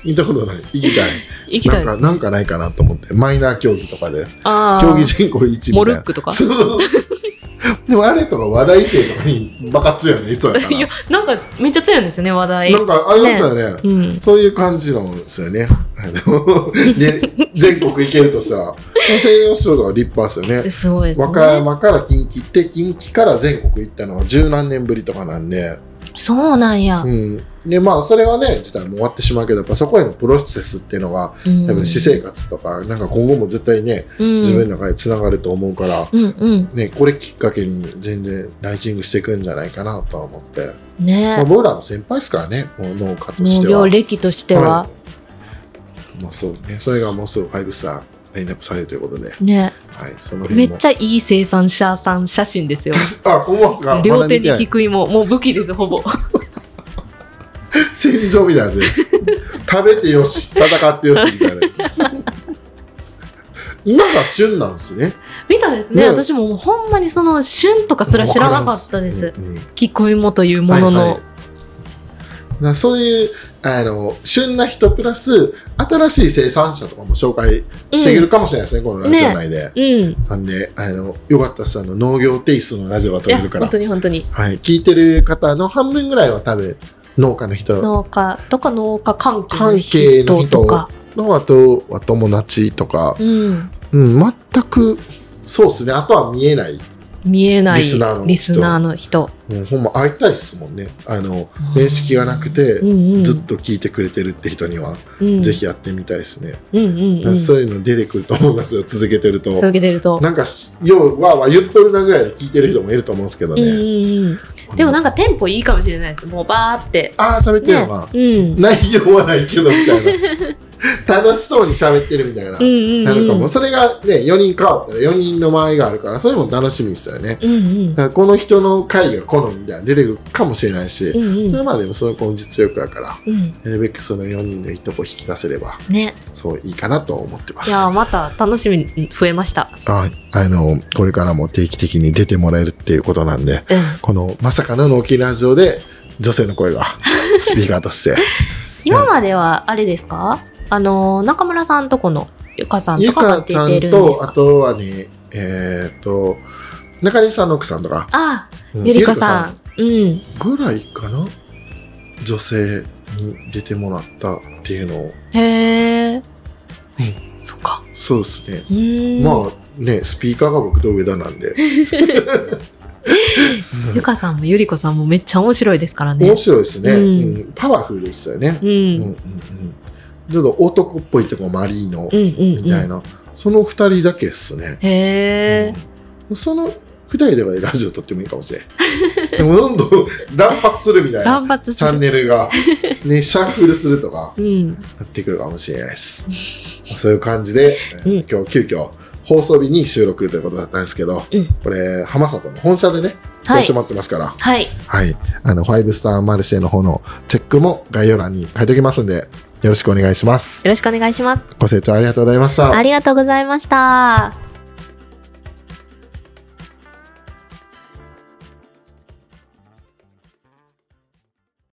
Speaker 1: 行ったことない行きたい
Speaker 2: 行きた
Speaker 1: ないん
Speaker 2: です
Speaker 1: かなんかないかなと思ってマイナー競技とかで
Speaker 2: あー
Speaker 1: 競技人口1位みたいな
Speaker 2: モルックとか
Speaker 1: そうそうでもあれとか話題性とかにバカ強いのいそうやか
Speaker 2: いや
Speaker 1: ら
Speaker 2: なんかめっちゃ強いんですよね話題
Speaker 1: なんかありますよね
Speaker 2: うん
Speaker 1: そういう感じなんですよね。あ ので全国行けるとしたら、西洋市とか立派ですよね。
Speaker 2: すごいです
Speaker 1: 和
Speaker 2: ね
Speaker 1: 歌山から近畿行って近畿から全国行ったのは十何年ぶりとかなんで、
Speaker 2: そうなんや、
Speaker 1: うん、でまあそれはね自体も終わってしまうけどやっぱそこへのプロセスっていうのが
Speaker 2: うん
Speaker 1: 多分私生活とかなんか今後も絶対ね
Speaker 2: うん
Speaker 1: 自分の中でつながると思うから、
Speaker 2: うんうん
Speaker 1: ね、これきっかけに全然ライジングしていくんじゃないかなとは思って、まあ、
Speaker 2: ね
Speaker 1: 僕らの先輩ですからねもう農家とし
Speaker 2: 農
Speaker 1: ては
Speaker 2: 業。歴としては、
Speaker 1: いまあそうね、それがもうすぐ5スターラインナップされるということで、
Speaker 2: ね
Speaker 1: はい、その
Speaker 2: め
Speaker 1: 辺も
Speaker 2: っちゃいい生産者さん写真ですよ
Speaker 1: あ、コモスがまだ見
Speaker 2: 両手
Speaker 1: て
Speaker 2: に
Speaker 1: ない
Speaker 2: 菊芋もう武器ですほぼ
Speaker 1: 戦場みたいなんで食べてよし、戦ってよしみたいな。今が旬なんですね。
Speaker 2: 見たですね
Speaker 1: ね
Speaker 2: 私ももうほんまにその旬とかすら知らなかったです
Speaker 1: わからんっ
Speaker 2: 菊芋というものの、
Speaker 1: はいはいうんなそういうあの旬な人プラス新しい生産者とかも紹介していけるかもしれないですね、このラジオ内で。
Speaker 2: うん
Speaker 1: なんであのよかったですあの農業テイストのラジオが撮
Speaker 2: い
Speaker 1: れ
Speaker 2: や
Speaker 1: るから
Speaker 2: 本当に本当に
Speaker 1: はい、聞いてる方の半分ぐらいは多分農家の人
Speaker 2: 農家とか農家関係
Speaker 1: 関
Speaker 2: の
Speaker 1: 係の
Speaker 2: 人
Speaker 1: 人
Speaker 2: とか
Speaker 1: のあとは友達とか、
Speaker 2: うん
Speaker 1: うん、全くそうですねあとは見えない、
Speaker 2: 見えない
Speaker 1: リスナーの人
Speaker 2: リスナーの人
Speaker 1: うん、ほんま会いたいですもんねあの面識がなくて、
Speaker 2: うんうん
Speaker 1: ずっと聞いてくれてるって人には、
Speaker 2: うん
Speaker 1: ぜひやってみたいですね、
Speaker 2: うんうんうん
Speaker 1: そういうの出てくると思いますよ続けてると
Speaker 2: 続けてると、
Speaker 1: なんかし要はは言っとるなぐらいで聞いてる人もいると思うんですけど
Speaker 2: うん
Speaker 1: ね、
Speaker 2: うんうんでもなんかテンポいいかもしれないですもうバーって
Speaker 1: ああ喋ってる
Speaker 2: ね
Speaker 1: のは、
Speaker 2: うん
Speaker 1: 内容はないけどみたいな 楽しそうに喋ってるみたいな、
Speaker 2: うんうんうん
Speaker 1: なるかも。それがね、4人変わったら4人の間合いがあるから、それも楽しみですよね。
Speaker 2: うんうん
Speaker 1: だからこの人の回が好みみたいなの出てくるかもしれないし、
Speaker 2: うん
Speaker 1: そうれ
Speaker 2: ん
Speaker 1: までもその子の実力だから、
Speaker 2: うん
Speaker 1: なるべくその4人のいいとこ引き出せれば、
Speaker 2: ね
Speaker 1: そういいかなと思ってま
Speaker 2: い
Speaker 1: す。
Speaker 2: やー
Speaker 1: は
Speaker 2: また楽しみ増えました
Speaker 1: い。あの、これからも定期的に出てもらえるっていうことなんで、
Speaker 2: うん
Speaker 1: このまさかの沖縄上で女性の声 がスピーカーとして、
Speaker 2: 今まではあれですかあのー中村さんとこのゆかさん
Speaker 1: ゆ
Speaker 2: とかが
Speaker 1: か
Speaker 2: 出
Speaker 1: ちゃ
Speaker 2: て
Speaker 1: ん
Speaker 2: るんです
Speaker 1: と、
Speaker 2: か
Speaker 1: あとはね、えっ、と、中西さんの奥さんとか、
Speaker 2: ああ
Speaker 1: うん
Speaker 2: ゆりこさんうん
Speaker 1: ゆりこさんぐらいかな女性に出てもらったっていうのを、
Speaker 2: へえ、そっか
Speaker 1: そうですね。
Speaker 2: うーん
Speaker 1: まあね、スピーカーが僕と上田 なんで、
Speaker 2: ゆかさんもゆりこさんもめっちゃ面白いですからね
Speaker 1: 面白いですね、
Speaker 2: うん
Speaker 1: うんパワフルですよね。
Speaker 2: うん、
Speaker 1: うんうんうんちょっと男っぽいとこもありの
Speaker 2: うんうんうん
Speaker 1: みたいな、その2人だけっすね。
Speaker 2: へえ、
Speaker 1: うんその2人ではラジオ撮ってもいいかもしれん。でもどんどん乱発するみたいな
Speaker 2: 乱発す
Speaker 1: チャン
Speaker 2: る
Speaker 1: ネルが、ね、シャッフルするとか
Speaker 2: うん
Speaker 1: なってくるかもしれないです。 そういう感じで、
Speaker 2: うん
Speaker 1: 今日急遽放送日に収録ということだったんですけど、
Speaker 2: うん
Speaker 1: これ浜里の本社でね、
Speaker 2: は
Speaker 1: 広
Speaker 2: い
Speaker 1: 島ってますから、
Speaker 2: はい
Speaker 1: はい。あの、ファイブスターマルシェの方のチェックも概要欄に書いておきますんで、よろしくお願いします。
Speaker 2: よろしくお願いします
Speaker 1: ご清聴ありがとうございました。
Speaker 2: ありがとうございました